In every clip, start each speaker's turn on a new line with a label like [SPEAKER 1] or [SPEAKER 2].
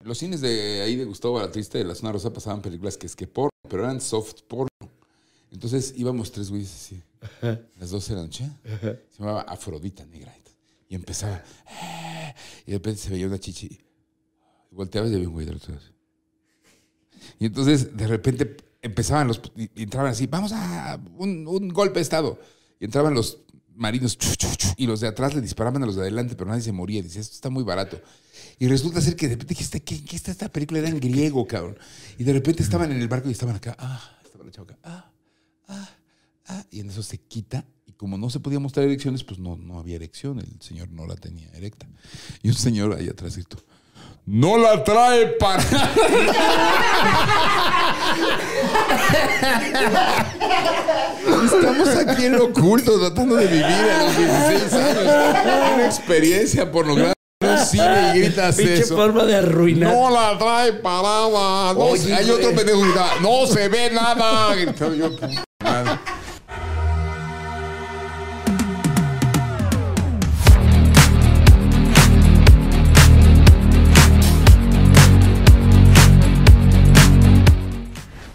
[SPEAKER 1] En los cines de ahí de Gustavo Baratista de la Zona Rosa pasaban películas que es que porno, pero eran soft porno. Entonces íbamos tres güeyes así, a las 12 de la noche. Se llamaba Afrodita Negra. Y empezaba. "Ah", Y de repente se veía una chichi. Y volteabas y había un güey del otro lado. Y entonces de repente empezaban los. y- y entraban así, vamos a un, un golpe de Estado. Y entraban los marinos. chu, chu, chu, y los de atrás le disparaban a los de adelante, pero nadie se moría. Dice, esto está muy barato. Y resulta ser que de repente dijiste, ¿qué, qué está esta película? Era en griego, cabrón. Y de repente estaban en el barco y estaban acá. Ah, estaban echados acá. Ah, Ah, y en eso se quita. Y como no se podía mostrar erecciones, pues no, no había erección. El señor no la tenía erecta. Y un señor ahí atrás gritó, ¡No la trae para nada". Estamos aquí en lo oculto, tratando de vivir a los 16 años una experiencia pornográfica. en un cine y gritas
[SPEAKER 2] Pinche
[SPEAKER 1] eso.
[SPEAKER 2] forma de arruinar.
[SPEAKER 1] No la trae parada. No
[SPEAKER 2] Oye,
[SPEAKER 1] se- hay
[SPEAKER 2] güey.
[SPEAKER 1] otro pendejo que gritaba, No se ve nada. Gritaba yo, puta madre.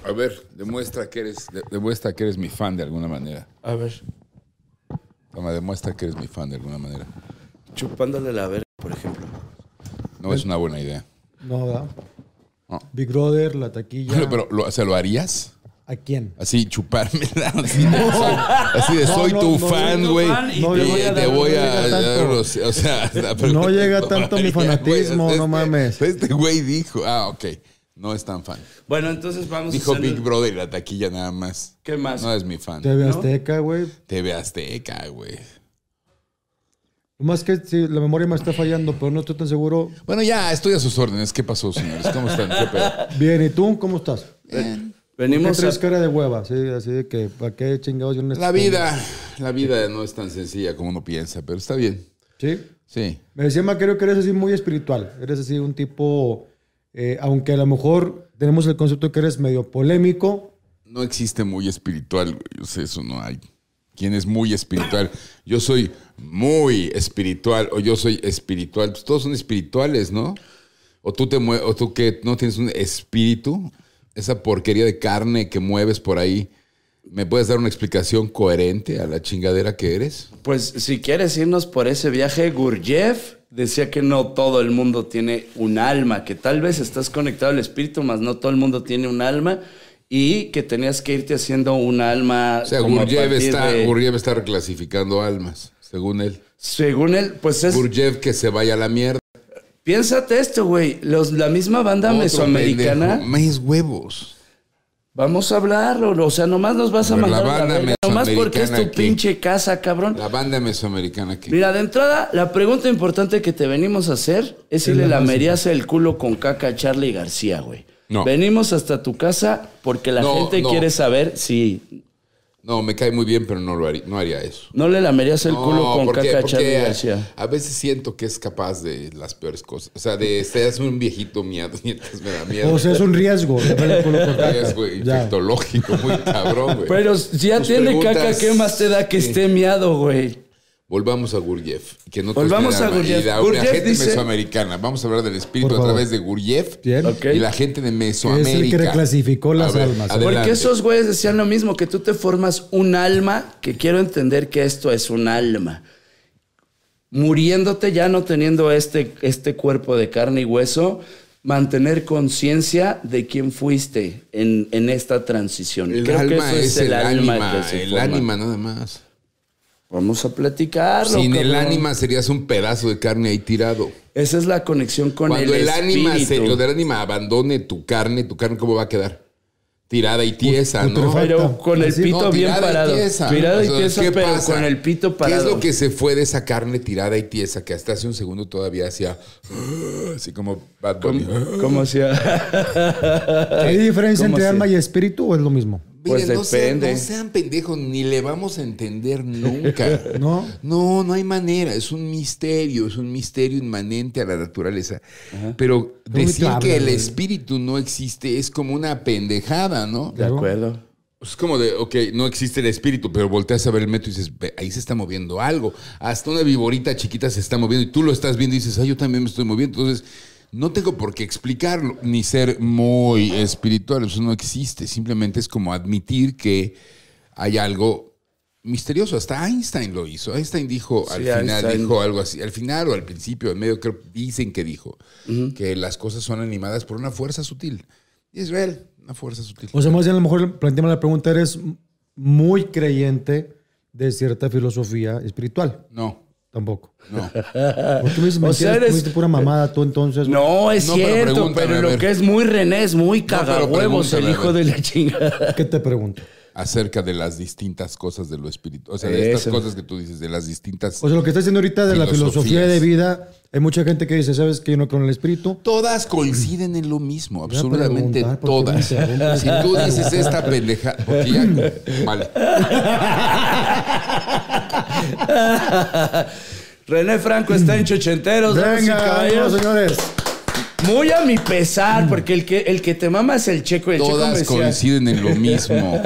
[SPEAKER 1] A ver, demuestra que eres, de- demuestra que eres mi fan de alguna manera.
[SPEAKER 2] A ver,
[SPEAKER 1] Toma, demuestra que eres mi fan de alguna manera.
[SPEAKER 2] chupándole la verga, por ejemplo.
[SPEAKER 1] No es una buena idea.
[SPEAKER 3] No, ¿verdad?
[SPEAKER 1] No.
[SPEAKER 3] Big Brother, la taquilla.
[SPEAKER 1] Pero, pero, ¿lo- o sea, ¿lo harías?
[SPEAKER 3] ¿A quién?
[SPEAKER 1] Así, chupármela. Así de, soy, así de, soy
[SPEAKER 3] no,
[SPEAKER 1] tu
[SPEAKER 3] no,
[SPEAKER 1] fan,
[SPEAKER 2] soy tu
[SPEAKER 1] güey.
[SPEAKER 2] fan y
[SPEAKER 1] No,
[SPEAKER 3] te
[SPEAKER 1] te voy a,
[SPEAKER 3] dar- no llega
[SPEAKER 1] dar
[SPEAKER 3] tanto.
[SPEAKER 1] los- O sea, la
[SPEAKER 3] No
[SPEAKER 1] pregunta
[SPEAKER 3] llega
[SPEAKER 1] es
[SPEAKER 3] tanto
[SPEAKER 1] maravilla, güey.
[SPEAKER 3] mi fanatismo, no
[SPEAKER 1] Este-
[SPEAKER 3] mames.
[SPEAKER 1] Este güey dijo, ah, ok, no es tan fan.
[SPEAKER 2] Bueno, entonces vamos
[SPEAKER 1] Dijo
[SPEAKER 2] haciendo-
[SPEAKER 1] Big Brother y la taquilla nada más.
[SPEAKER 2] ¿Qué más?
[SPEAKER 1] No es mi fan.
[SPEAKER 3] TV
[SPEAKER 2] ¿No?
[SPEAKER 3] Azteca, güey.
[SPEAKER 1] TV Azteca, güey.
[SPEAKER 3] Más que sí, la memoria me está fallando, pero no estoy tan seguro.
[SPEAKER 1] Bueno, ya, estoy a sus órdenes. ¿Qué pasó, señores? ¿Cómo están? ¿Qué pedo?
[SPEAKER 3] Bien, ¿y tú cómo estás? ¿Qué
[SPEAKER 2] Venimos a...
[SPEAKER 3] traes cara de hueva? Sí, así de que, ¿para qué chingados yo no
[SPEAKER 1] La vida,
[SPEAKER 3] Este,
[SPEAKER 1] la vida no es tan sencilla como uno piensa, pero está bien.
[SPEAKER 3] Sí.
[SPEAKER 1] Sí.
[SPEAKER 3] Me decía Macario que eres así muy espiritual. Eres así un tipo, eh, aunque a lo mejor tenemos el concepto que eres medio polémico.
[SPEAKER 1] No existe muy espiritual, güey. Yo sé, eso no hay. ¿Quién es muy espiritual? Yo soy muy espiritual o yo soy espiritual. Pues todos son espirituales, ¿no? O tú te mue- o tú que no tienes un espíritu, esa porquería de carne que mueves por ahí. ¿Me puedes dar una explicación coherente a la chingadera que eres?
[SPEAKER 2] Pues si quieres irnos por ese viaje, Gurjev decía que no todo el mundo tiene un alma, que tal vez estás conectado al espíritu, mas no todo el mundo tiene un alma y que tenías que irte haciendo un alma.
[SPEAKER 1] O sea,
[SPEAKER 2] como a
[SPEAKER 1] Gurdjieff
[SPEAKER 2] partir
[SPEAKER 1] está,
[SPEAKER 2] de-
[SPEAKER 1] Gurdjieff está reclasificando almas, según él.
[SPEAKER 2] Según él, pues es.
[SPEAKER 1] Gurdjieff que se vaya a la mierda.
[SPEAKER 2] Piénsate esto, güey. Los, la misma banda
[SPEAKER 1] Otro
[SPEAKER 2] mesoamericana.
[SPEAKER 1] pendejo. Mis huevos.
[SPEAKER 2] Vamos a hablarlo. O sea, nomás nos vas a
[SPEAKER 1] Pero la
[SPEAKER 2] mandar. a
[SPEAKER 1] banda
[SPEAKER 2] verga, nomás porque es tu
[SPEAKER 1] mesoamericana, Ah, ¿qué?
[SPEAKER 2] pinche casa, cabrón.
[SPEAKER 1] La banda mesoamericana que...
[SPEAKER 2] Mira, de entrada, la pregunta importante que te venimos a hacer es si le lamerías el culo con caca a Charlie García, güey.
[SPEAKER 1] No.
[SPEAKER 2] Venimos hasta tu casa porque la
[SPEAKER 1] No,
[SPEAKER 2] gente
[SPEAKER 1] no.
[SPEAKER 2] quiere saber si
[SPEAKER 1] No, me cae muy bien, pero no lo haría, no haría eso.
[SPEAKER 2] no le lamerías el culo
[SPEAKER 1] No,
[SPEAKER 2] con
[SPEAKER 1] porque-
[SPEAKER 2] caca a Charlie
[SPEAKER 1] porque
[SPEAKER 2] García.
[SPEAKER 1] A veces siento que es capaz de las peores cosas. O sea, de seas un viejito miado mientras me da miedo.
[SPEAKER 3] O sea, es un riesgo. de ver el culo con caca.
[SPEAKER 1] es güey,
[SPEAKER 3] Ya.
[SPEAKER 1] infectológico, muy cabrón, güey.
[SPEAKER 2] Pero si ya
[SPEAKER 1] eh, Tus
[SPEAKER 2] tiene caca,
[SPEAKER 1] preguntas-
[SPEAKER 2] ¿qué más te da que esté miado, güey?
[SPEAKER 1] Volvamos a Gurdjieff. Que no
[SPEAKER 2] Volvamos a Gurdjieff.
[SPEAKER 1] La
[SPEAKER 2] Gurdjieff
[SPEAKER 1] gente
[SPEAKER 2] dice-
[SPEAKER 1] mesoamericana. Vamos a hablar del espíritu
[SPEAKER 3] Por
[SPEAKER 1] a
[SPEAKER 3] favor.
[SPEAKER 1] través de Gurdjieff
[SPEAKER 3] Bien.
[SPEAKER 2] Ok.
[SPEAKER 1] y la gente de Mesoamérica.
[SPEAKER 3] que reclasificó las
[SPEAKER 1] A ver,
[SPEAKER 3] almas.
[SPEAKER 1] adelante.
[SPEAKER 2] Porque esos güeyes decían lo mismo, que tú te formas un alma, que quiero entender que esto es un alma. Muriéndote ya no teniendo este, este cuerpo de carne y hueso, mantener conciencia de quién fuiste en, en esta transición.
[SPEAKER 1] El
[SPEAKER 2] Creo
[SPEAKER 1] alma
[SPEAKER 2] que eso
[SPEAKER 1] es,
[SPEAKER 2] es,
[SPEAKER 1] el, ánima,
[SPEAKER 2] que se
[SPEAKER 1] el
[SPEAKER 2] forma.
[SPEAKER 1] ánima nada más.
[SPEAKER 2] Vamos a platicarlo.
[SPEAKER 1] Sin el
[SPEAKER 2] cabrón.
[SPEAKER 1] ánima serías un pedazo de carne ahí tirado.
[SPEAKER 2] Esa es la conexión con
[SPEAKER 1] Cuando el,
[SPEAKER 2] espíritu.
[SPEAKER 1] ánima, se, lo del ánima abandone tu carne, ¿tu carne cómo va a quedar? Tirada y tiesa,
[SPEAKER 3] Put-
[SPEAKER 1] ¿no?
[SPEAKER 3] putrefacta.
[SPEAKER 2] Pero con el
[SPEAKER 3] Así,
[SPEAKER 2] pito
[SPEAKER 1] No,
[SPEAKER 2] bien
[SPEAKER 1] tirada y
[SPEAKER 2] parado.
[SPEAKER 1] tiesa.
[SPEAKER 2] Tirado y
[SPEAKER 1] O sea,
[SPEAKER 2] tiesa,
[SPEAKER 1] ¿qué
[SPEAKER 2] pero
[SPEAKER 1] pasa?
[SPEAKER 2] con el pito parado.
[SPEAKER 1] ¿Qué es lo que se fue de esa carne tirada y tiesa que hasta hace un segundo todavía hacía así como Bad Bunny?
[SPEAKER 2] ¿Cómo hacía?
[SPEAKER 3] ¿Hay diferencia
[SPEAKER 2] ¿Cómo
[SPEAKER 3] entre
[SPEAKER 2] así?
[SPEAKER 3] alma y espíritu o es lo mismo?
[SPEAKER 1] Miren,
[SPEAKER 2] Pues
[SPEAKER 1] no, sean,
[SPEAKER 2] depende.
[SPEAKER 1] no sean pendejos, ni le vamos a entender nunca.
[SPEAKER 3] ¿No?
[SPEAKER 1] No, no hay manera. Es un misterio, es un misterio inmanente a la naturaleza. Pero
[SPEAKER 3] Qué bonito
[SPEAKER 1] decir
[SPEAKER 3] hablas,
[SPEAKER 1] que el
[SPEAKER 3] güey.
[SPEAKER 1] espíritu no existe es como una pendejada, ¿no?
[SPEAKER 2] De acuerdo.
[SPEAKER 1] Pues Es como de, ok, no existe el espíritu, pero volteas a ver el metro y dices, "Ve, ahí se está moviendo algo. Hasta una viborita chiquita se está moviendo y tú lo estás viendo y dices, ah, yo también me estoy moviendo. Entonces, No tengo por qué explicarlo, ni ser muy espiritual, eso no existe, simplemente es como admitir que hay algo misterioso, hasta Einstein lo hizo, Einstein dijo, al
[SPEAKER 2] Sí,
[SPEAKER 1] final
[SPEAKER 2] Einstein.
[SPEAKER 1] dijo algo así, al final o al principio, en medio creo, dicen que dijo, que las cosas son animadas por una fuerza sutil. Israel, una fuerza sutil.
[SPEAKER 3] O sea, más bien a lo mejor planteamos la pregunta, eres muy creyente de cierta filosofía espiritual.
[SPEAKER 1] No,
[SPEAKER 3] Tampoco.
[SPEAKER 1] no. Ah,
[SPEAKER 3] ¿Por qué me dices
[SPEAKER 2] O sea,
[SPEAKER 3] mentiras?
[SPEAKER 2] eres-
[SPEAKER 3] Me dijiste pura mamada tú entonces. güey.
[SPEAKER 2] No, es
[SPEAKER 1] Pues, No, pero
[SPEAKER 2] cierto,
[SPEAKER 1] pregúntame,
[SPEAKER 2] pero,
[SPEAKER 1] a
[SPEAKER 2] lo
[SPEAKER 1] ver.
[SPEAKER 2] que es muy René es muy
[SPEAKER 1] pero
[SPEAKER 2] cagahuevos el
[SPEAKER 1] pregúntame, a
[SPEAKER 2] hijo de
[SPEAKER 1] ver.
[SPEAKER 2] la chingada.
[SPEAKER 3] ¿Qué te pregunto?
[SPEAKER 1] Acerca de las distintas cosas de lo espiritual, o sea, de estas
[SPEAKER 2] Eso.
[SPEAKER 1] cosas que tú dices, de las distintas...
[SPEAKER 3] O sea, lo que estás diciendo ahorita de la filosofía
[SPEAKER 1] Filosofías.
[SPEAKER 3] de vida, hay mucha gente que dice, ¿sabes que yo no creo en el espíritu?
[SPEAKER 1] Todas coinciden en lo mismo,
[SPEAKER 3] a
[SPEAKER 1] absolutamente
[SPEAKER 3] preguntar por qué me
[SPEAKER 1] todas.
[SPEAKER 3] interrumpes.
[SPEAKER 1] Si tú dices esta pendeja, porque ya, vale.
[SPEAKER 2] René Franco está en Chochenteros. damas y
[SPEAKER 3] Venga,
[SPEAKER 2] caballeros.
[SPEAKER 3] amigos, señores.
[SPEAKER 2] Muy a mi pesar, porque el que, el que te mama es el checo. y El checo me
[SPEAKER 1] Todas
[SPEAKER 2] decía,
[SPEAKER 1] coinciden en lo mismo.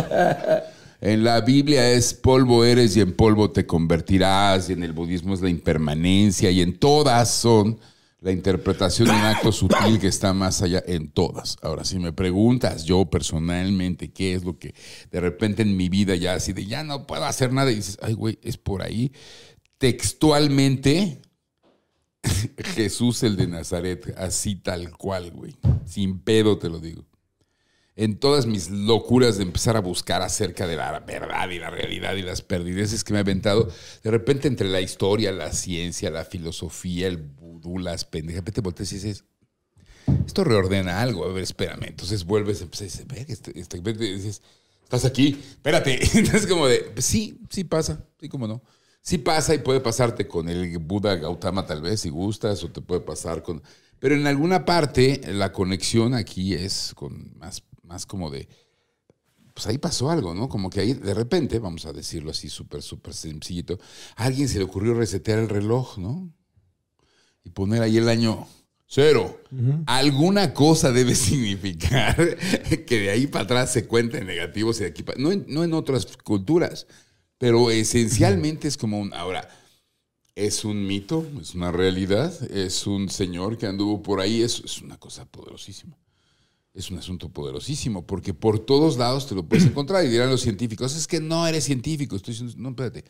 [SPEAKER 1] En la Biblia es polvo eres y en polvo te convertirás, y en el budismo es la impermanencia, y en todas son la interpretación de un acto sutil que está más allá, en todas. Ahora, si me preguntas yo personalmente qué es lo que de repente en mi vida ya así de ya no puedo hacer nada, y dices, ay güey, es por ahí. Textualmente, Jesús el de Nazaret, así tal cual, güey. Sin pedo te lo digo en todas mis locuras de empezar a buscar acerca de la verdad y la realidad y las perdideces que me he aventado, de repente entre la historia, la ciencia, la filosofía, el vudú, las pendejas, de repente volteas y dices, esto reordena algo, a ver, espérame. Entonces vuelves, empiezas a ver, este, este, de repente dices, estás aquí, espérate. Entonces como de, pues sí, sí pasa, sí como no. Sí pasa y puede pasarte con el Buda Gautama tal vez si gustas, o te puede pasar con... Pero en alguna parte la conexión aquí es con más, más como de... Pues ahí pasó algo, ¿no? Como que ahí de repente, vamos a decirlo así súper, súper sencillito, a alguien se le ocurrió resetear el reloj, ¿no? y poner ahí el año cero. Alguna cosa debe significar que de ahí para atrás se cuenta en negativos y de aquí para... No en, no en otras culturas, pero esencialmente es como un... Ahora, es un mito, es una realidad, es un señor que anduvo por ahí, es, es una cosa poderosísima. Es un asunto poderosísimo, porque por todos lados te lo puedes encontrar y dirán los científicos, es que no eres científico, estoy diciendo, no, espérate,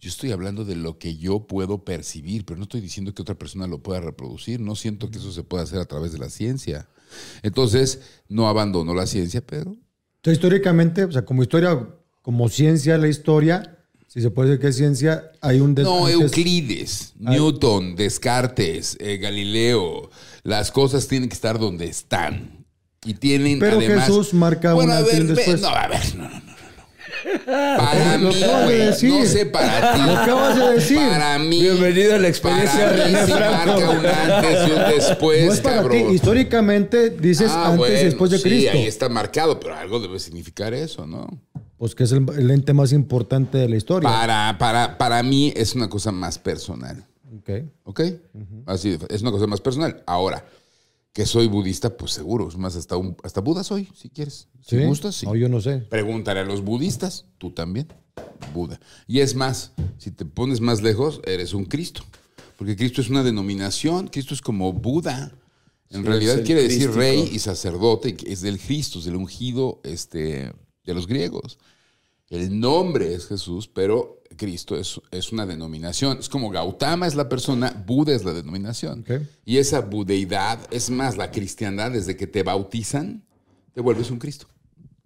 [SPEAKER 1] yo estoy hablando de lo que yo puedo percibir, pero no estoy diciendo que otra persona lo pueda reproducir. No siento que eso se pueda hacer a través de la ciencia. Entonces, no abandono la ciencia, pero
[SPEAKER 3] O sea, históricamente, o sea, como historia, como ciencia, la historia, si se puede decir que es ciencia, hay un... des-
[SPEAKER 1] No,
[SPEAKER 3] antes-
[SPEAKER 1] Euclides, Newton, Descartes, eh, Galileo, las cosas tienen que estar donde están. Y tienen
[SPEAKER 3] Pero
[SPEAKER 1] además...
[SPEAKER 3] Jesús marca
[SPEAKER 1] bueno,
[SPEAKER 3] una
[SPEAKER 1] a ver,
[SPEAKER 3] fin
[SPEAKER 1] ve-
[SPEAKER 3] después.
[SPEAKER 1] no, a ver, no, no, no. no. Para
[SPEAKER 3] Lo
[SPEAKER 1] mí,
[SPEAKER 3] acabas de
[SPEAKER 1] güey,
[SPEAKER 3] decir.
[SPEAKER 1] no sé para ti.
[SPEAKER 3] Lo acabas de decir.
[SPEAKER 1] Para mí,
[SPEAKER 2] Bienvenido a la experiencia
[SPEAKER 1] para
[SPEAKER 2] de
[SPEAKER 1] mí
[SPEAKER 2] René
[SPEAKER 1] sí
[SPEAKER 2] Franco.
[SPEAKER 1] marca un antes y un después,
[SPEAKER 3] No es para
[SPEAKER 1] cabrón.
[SPEAKER 3] ti. Históricamente dices
[SPEAKER 1] Ah,
[SPEAKER 3] antes
[SPEAKER 1] bueno,
[SPEAKER 3] y después de
[SPEAKER 1] sí,
[SPEAKER 3] Cristo.
[SPEAKER 1] ahí está marcado, pero algo debe significar eso, ¿no?
[SPEAKER 3] Pues que es el, el ente más importante de la historia.
[SPEAKER 1] Para, para, para mí es una cosa más personal.
[SPEAKER 3] Ok.
[SPEAKER 1] ¿Ok? Así de fa- es una cosa más personal. Ahora, que soy budista, pues seguro. Es más, hasta, un, hasta Buda soy, si quieres. Si
[SPEAKER 3] ¿Sí?
[SPEAKER 1] gustas, sí.
[SPEAKER 3] No, yo no sé.
[SPEAKER 1] Pregúntale a los budistas, tú también, Buda. Y es más, si te pones más lejos, eres un Cristo. Porque Cristo es una denominación, Cristo es como Buda. En
[SPEAKER 2] Sí, es
[SPEAKER 1] realidad
[SPEAKER 2] el
[SPEAKER 1] quiere decir
[SPEAKER 2] crístico.
[SPEAKER 1] rey y sacerdote, que es del Cristo, es del ungido este, de los griegos. El nombre es Jesús, pero Cristo es, es una denominación. Es como Gautama es la persona, Buda es la denominación.
[SPEAKER 3] Ok.
[SPEAKER 1] Y esa budeidad, es más, la cristiandad, desde que te bautizan, te vuelves un Cristo.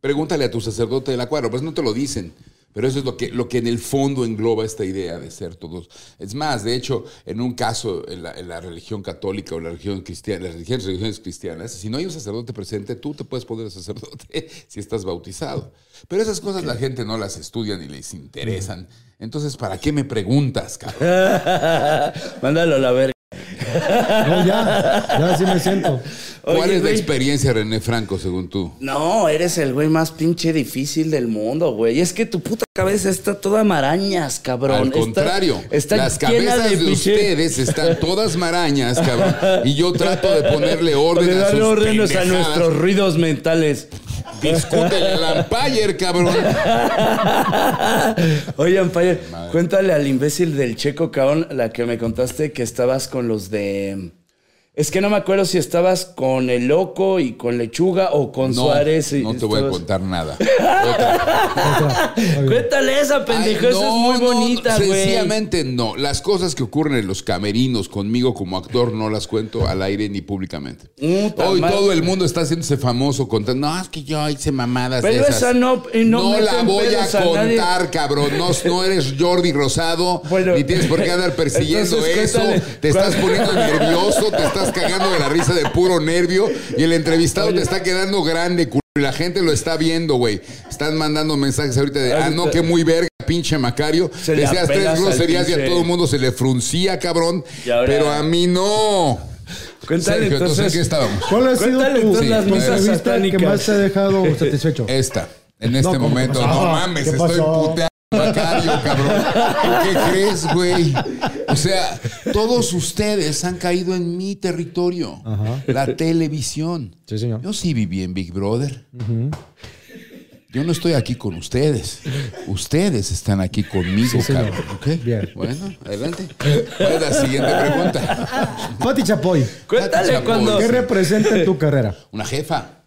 [SPEAKER 1] Pregúntale a tu sacerdote del acuario, pues no te lo dicen. Pero eso es lo que, lo que en el fondo engloba esta idea de ser todos. Es más, de hecho, en un caso, en la, en la religión católica o la religión cristiana, las religiones, religiones cristianas, si no hay un sacerdote presente, tú te puedes poner sacerdote si estás bautizado. Pero esas cosas la gente no las estudia ni les interesan. Entonces, ¿para qué me preguntas, cabrón?
[SPEAKER 2] "Ah, Mándalo a la verga.
[SPEAKER 3] No, ya. Ya sí me siento.
[SPEAKER 1] ¿Cuál
[SPEAKER 2] Oye,
[SPEAKER 1] es la
[SPEAKER 2] güey.
[SPEAKER 1] experiencia, René Franco, según tú?
[SPEAKER 2] No, eres el güey más pinche difícil del mundo, güey. Es que tu puta cabeza está toda marañas, cabrón.
[SPEAKER 1] Al
[SPEAKER 2] Está-
[SPEAKER 1] contrario,
[SPEAKER 2] está
[SPEAKER 1] las
[SPEAKER 2] llena
[SPEAKER 1] cabezas de,
[SPEAKER 2] pinche-
[SPEAKER 1] ustedes están todas marañas, cabrón. Y yo trato de ponerle orden a
[SPEAKER 2] de
[SPEAKER 1] sus
[SPEAKER 2] darle Pues órdenes
[SPEAKER 1] pendejadas.
[SPEAKER 2] a nuestros ruidos mentales.
[SPEAKER 1] Discútele al umpire, cabrón.
[SPEAKER 2] Oye, Ampaya, cuéntale al imbécil del checo, cabrón, la que me contaste que estabas con los de. Es que no me acuerdo si estabas con el loco y con lechuga o con
[SPEAKER 1] No,
[SPEAKER 2] Suárez. y
[SPEAKER 1] no te voy a
[SPEAKER 2] estabas-
[SPEAKER 1] contar nada. Otra.
[SPEAKER 3] Otra, está bien.
[SPEAKER 2] Cuéntale esa,
[SPEAKER 1] Ay,
[SPEAKER 2] pendejo. esa es
[SPEAKER 1] no,
[SPEAKER 2] muy
[SPEAKER 1] no,
[SPEAKER 2] bonita, güey.
[SPEAKER 1] Sencillamente no. Las cosas que ocurren en los camerinos conmigo como actor no las cuento al aire ni públicamente.
[SPEAKER 2] Puta
[SPEAKER 1] Hoy
[SPEAKER 2] madre.
[SPEAKER 1] todo el mundo está haciéndose famoso contando, no, es que yo hice mamadas de
[SPEAKER 2] Pero
[SPEAKER 1] esas.
[SPEAKER 2] esa no- y no meten
[SPEAKER 1] la voy a
[SPEAKER 2] pedos a nadie.
[SPEAKER 1] contar, cabrón. No, no eres Jordi Rosado,
[SPEAKER 2] Bueno.
[SPEAKER 1] ni tienes por qué andar persiguiendo
[SPEAKER 2] Entonces,
[SPEAKER 1] eso.
[SPEAKER 2] cuéntale.
[SPEAKER 1] Te estás poniendo nervioso, te estás cagando de la risa de puro nervio y el entrevistado te está quedando grande, culo, y la gente lo está viendo, güey. Están mandando mensajes ahorita de, ah, no, que muy verga, pinche Macario.
[SPEAKER 2] Se le
[SPEAKER 1] Decías
[SPEAKER 2] apelas
[SPEAKER 1] tres
[SPEAKER 2] al
[SPEAKER 1] groserías y a
[SPEAKER 2] pinche-
[SPEAKER 1] todo el mundo se le fruncía, cabrón.
[SPEAKER 2] Y ahora-
[SPEAKER 1] Pero a mí no.
[SPEAKER 2] Cuéntale
[SPEAKER 1] Sergio, entonces, ¿en
[SPEAKER 2] entonces.
[SPEAKER 1] qué estábamos?
[SPEAKER 3] ¿Cuál ha sido
[SPEAKER 2] Cuéntale
[SPEAKER 3] tu
[SPEAKER 2] entonces las misas
[SPEAKER 3] entrevista que
[SPEAKER 2] satánicas.
[SPEAKER 3] más te ha dejado satisfecho?
[SPEAKER 1] Esta, en este
[SPEAKER 3] No, ¿cómo
[SPEAKER 1] momento.
[SPEAKER 3] pasó?
[SPEAKER 1] No mames,
[SPEAKER 3] ¿Qué
[SPEAKER 1] estoy
[SPEAKER 3] pasó?
[SPEAKER 1] puteando. Macario, cabrón. ¿Tú qué crees, güey? O sea, todos ustedes han caído en mi territorio.
[SPEAKER 3] Ajá.
[SPEAKER 1] La televisión.
[SPEAKER 3] Sí, señor.
[SPEAKER 1] Yo sí viví en Big Brother. Yo no estoy aquí con ustedes. Ustedes están aquí conmigo,
[SPEAKER 3] señor.
[SPEAKER 1] cabrón. ¿ok?
[SPEAKER 3] Bien.
[SPEAKER 1] Bueno, adelante. ¿Cuál es la siguiente pregunta?
[SPEAKER 3] Pati Chapoy,
[SPEAKER 2] Cuéntale
[SPEAKER 1] Chapoy.
[SPEAKER 2] cuando.
[SPEAKER 3] ¿qué representa en tu carrera?
[SPEAKER 1] Una jefa.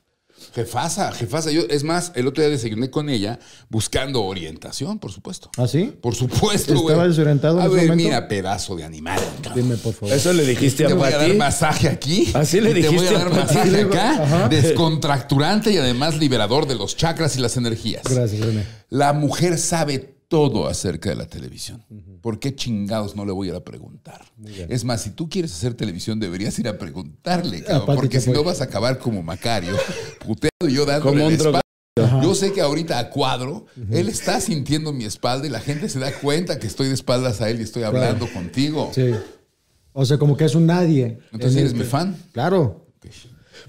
[SPEAKER 1] Jefaza, jefaza. Yo, es más, el otro día desayuné con ella buscando orientación, por supuesto.
[SPEAKER 3] ¿Ah, sí?
[SPEAKER 1] Por supuesto, güey.
[SPEAKER 3] ¿Estabas desorientado en
[SPEAKER 1] A
[SPEAKER 3] ese
[SPEAKER 1] ver,
[SPEAKER 3] momento?
[SPEAKER 1] mira, pedazo de animal. cabrón.
[SPEAKER 3] Dime, por favor.
[SPEAKER 2] Eso le dijiste
[SPEAKER 1] Te
[SPEAKER 2] a
[SPEAKER 1] voy a dar
[SPEAKER 2] Pati.
[SPEAKER 1] masaje aquí.
[SPEAKER 2] Así le
[SPEAKER 1] y Te voy
[SPEAKER 2] dijiste
[SPEAKER 1] a
[SPEAKER 2] a
[SPEAKER 1] dar
[SPEAKER 2] Pati.
[SPEAKER 1] masaje acá.
[SPEAKER 3] Ajá.
[SPEAKER 1] Descontracturante y además liberador de los chakras y las energías.
[SPEAKER 3] Gracias, René.
[SPEAKER 1] La mujer sabe todo acerca de la televisión. ¿Por qué chingados no le voy a ir a preguntar? Es más, si tú quieres hacer televisión, deberías ir a preguntarle, cabrón,
[SPEAKER 3] Pati
[SPEAKER 1] porque si
[SPEAKER 3] Chapoy.
[SPEAKER 1] no vas a acabar como Macario, puteado y yo dándole
[SPEAKER 2] Como
[SPEAKER 1] la
[SPEAKER 2] un droga-
[SPEAKER 1] espalda. Yo sé que ahorita a cuadro, él está sintiendo mi espalda y la gente se da cuenta que estoy de espaldas a él y estoy hablando contigo.
[SPEAKER 3] Sí. O sea, como que es un nadie.
[SPEAKER 1] Entonces,
[SPEAKER 3] En este
[SPEAKER 1] ¿eres
[SPEAKER 3] el-
[SPEAKER 1] mi fan?
[SPEAKER 3] Claro.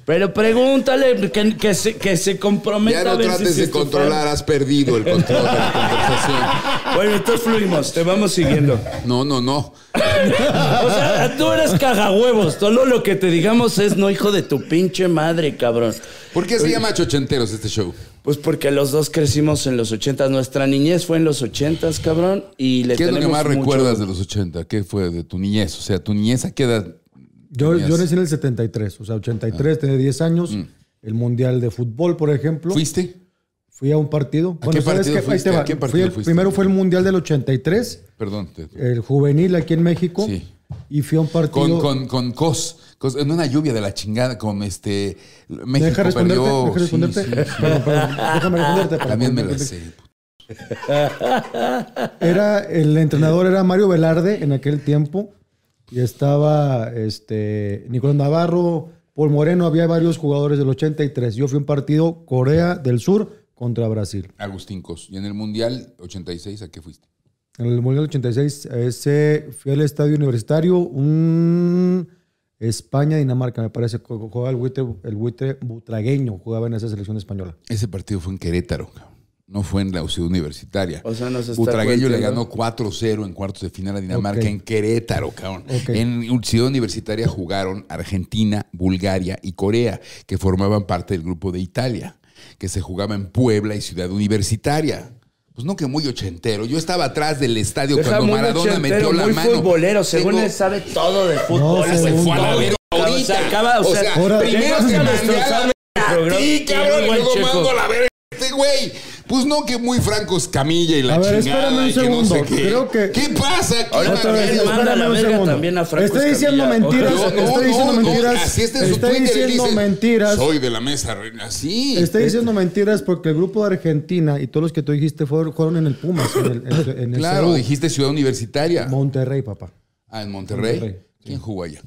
[SPEAKER 2] Pero pregúntale que, que se, que se comprometa
[SPEAKER 1] Ya no
[SPEAKER 2] a ver
[SPEAKER 1] trates
[SPEAKER 2] si
[SPEAKER 1] de
[SPEAKER 2] es tu fan.
[SPEAKER 1] controlar, has perdido el control de la conversación.
[SPEAKER 2] Bueno, entonces fluimos, te vamos siguiendo.
[SPEAKER 1] No, no, no.
[SPEAKER 2] O sea, tú eres cagahuevos. Todo lo que te digamos es no hijo de tu pinche madre, cabrón.
[SPEAKER 1] ¿Por qué se llama Chochenteros este show?
[SPEAKER 2] Pues porque los dos crecimos en los ochentas. Nuestra niñez fue en los ochentas, cabrón. Y le
[SPEAKER 3] Eh,
[SPEAKER 1] ¿Qué es lo que
[SPEAKER 2] tenemos
[SPEAKER 1] más
[SPEAKER 2] mucho-
[SPEAKER 1] recuerdas de los 80? ¿Qué fue de tu niñez? O sea, tu niñez a qué edad.
[SPEAKER 3] Yo,
[SPEAKER 1] tenías? Ah. Mm.
[SPEAKER 3] yo nací en el 73, o sea, 83, tenía 10 años. El Mundial de Fútbol, por ejemplo.
[SPEAKER 1] ¿Fuiste?
[SPEAKER 3] Fui a un partido.
[SPEAKER 1] qué partido
[SPEAKER 3] qué? Ahí te
[SPEAKER 1] fuiste?
[SPEAKER 3] va.
[SPEAKER 1] ¿A qué
[SPEAKER 3] Fui
[SPEAKER 1] partido
[SPEAKER 3] al-
[SPEAKER 1] fuiste?
[SPEAKER 3] Primero fue el Mundial del 83,
[SPEAKER 1] Perdón. te-
[SPEAKER 3] el juvenil aquí en México.
[SPEAKER 1] Sí.
[SPEAKER 3] Y fui a un partido.
[SPEAKER 1] Con, con, con Cos, Cos- en una lluvia de la chingada, con este.
[SPEAKER 3] ¿Me
[SPEAKER 1] México
[SPEAKER 3] deja responderte?
[SPEAKER 1] perdió.
[SPEAKER 3] ¿Me deja
[SPEAKER 1] Sí,
[SPEAKER 3] responderte?
[SPEAKER 1] sí, sí.
[SPEAKER 3] Perdón, perdón. Déjame responderte. para
[SPEAKER 1] También me la
[SPEAKER 3] ponerme-
[SPEAKER 1] sé.
[SPEAKER 3] Era, el entrenador era Mario Velarde en aquel tiempo. Y estaba este, Nicolás Navarro, Paul Moreno, había varios jugadores del 83. Yo fui a un partido Corea del Sur contra Brasil.
[SPEAKER 1] Agustín Cos. Y en el Mundial 86, ¿a qué fuiste?
[SPEAKER 3] En el Mundial 86 ese fui al estadio universitario, un España-Dinamarca, me parece. co- Jugaba el buitre, el buitre butragueño, jugaba en esa selección española.
[SPEAKER 1] Ese partido fue en Querétaro, cabrón. no fue en la ciudad universitaria.
[SPEAKER 2] O sea, nos está
[SPEAKER 1] Butragueño le
[SPEAKER 2] cuenteando.
[SPEAKER 1] ganó 4-0 en cuartos de final a Dinamarca
[SPEAKER 3] Ok.
[SPEAKER 1] en Querétaro, cabrón.
[SPEAKER 3] Ok.
[SPEAKER 1] En ciudad universitaria jugaron Argentina, Bulgaria y Corea, que formaban parte del grupo de Italia, que se jugaba en Puebla y ciudad universitaria. Pues no que muy ochentero. Yo estaba atrás del estadio
[SPEAKER 2] Deja
[SPEAKER 1] cuando
[SPEAKER 2] muy
[SPEAKER 1] Maradona
[SPEAKER 2] ochentero,
[SPEAKER 1] metió la
[SPEAKER 2] muy
[SPEAKER 1] mano.
[SPEAKER 2] futbolero. Según
[SPEAKER 1] Tengo-
[SPEAKER 2] él sabe todo de fútbol.
[SPEAKER 3] No,
[SPEAKER 1] se
[SPEAKER 3] según
[SPEAKER 1] fue a la
[SPEAKER 3] yo.
[SPEAKER 1] verga
[SPEAKER 2] Cabrón,
[SPEAKER 1] ahorita.
[SPEAKER 2] se acaba, o sea,
[SPEAKER 3] ahora-
[SPEAKER 1] primero
[SPEAKER 3] Llegas
[SPEAKER 1] te mandé
[SPEAKER 3] a
[SPEAKER 1] a
[SPEAKER 2] destrozar
[SPEAKER 1] la verga a ti,
[SPEAKER 2] programa.
[SPEAKER 1] cabrón, y
[SPEAKER 2] Igual
[SPEAKER 1] luego
[SPEAKER 2] Checo.
[SPEAKER 1] mando a la verga a este güey. Pues no que muy francos Camilla y la
[SPEAKER 3] A ver,
[SPEAKER 1] chingada
[SPEAKER 3] espérame un
[SPEAKER 1] y que no
[SPEAKER 3] segundo.
[SPEAKER 1] sé qué.
[SPEAKER 3] Creo que-
[SPEAKER 1] ¿Qué pasa? aquí,
[SPEAKER 2] Ahora
[SPEAKER 1] Manuel?
[SPEAKER 2] otra vez,
[SPEAKER 1] Yo-
[SPEAKER 2] manda
[SPEAKER 3] espérame
[SPEAKER 2] la
[SPEAKER 3] un
[SPEAKER 2] verga
[SPEAKER 3] segundo.
[SPEAKER 2] también a Franco
[SPEAKER 3] Está
[SPEAKER 2] Escamilla.
[SPEAKER 3] diciendo
[SPEAKER 2] Ojalá.
[SPEAKER 3] mentiras,
[SPEAKER 2] No, este
[SPEAKER 3] está diciendo mentiras.
[SPEAKER 1] así está en su
[SPEAKER 3] está
[SPEAKER 1] Twitter, él
[SPEAKER 3] diciendo
[SPEAKER 1] dice,
[SPEAKER 3] mentiras.
[SPEAKER 1] Soy de la mesa reina. Así.
[SPEAKER 3] Está diciendo mentiras porque el grupo de Argentina y todos los que tú dijiste fueron, jugaron en el Pumas, en el, en- en el
[SPEAKER 1] claro,
[SPEAKER 3] CU.
[SPEAKER 1] dijiste ciudad universitaria.
[SPEAKER 3] Monterrey, papá.
[SPEAKER 1] Ah, en Monterrey.
[SPEAKER 3] Monterrey,
[SPEAKER 1] ¿Quién jugó allá?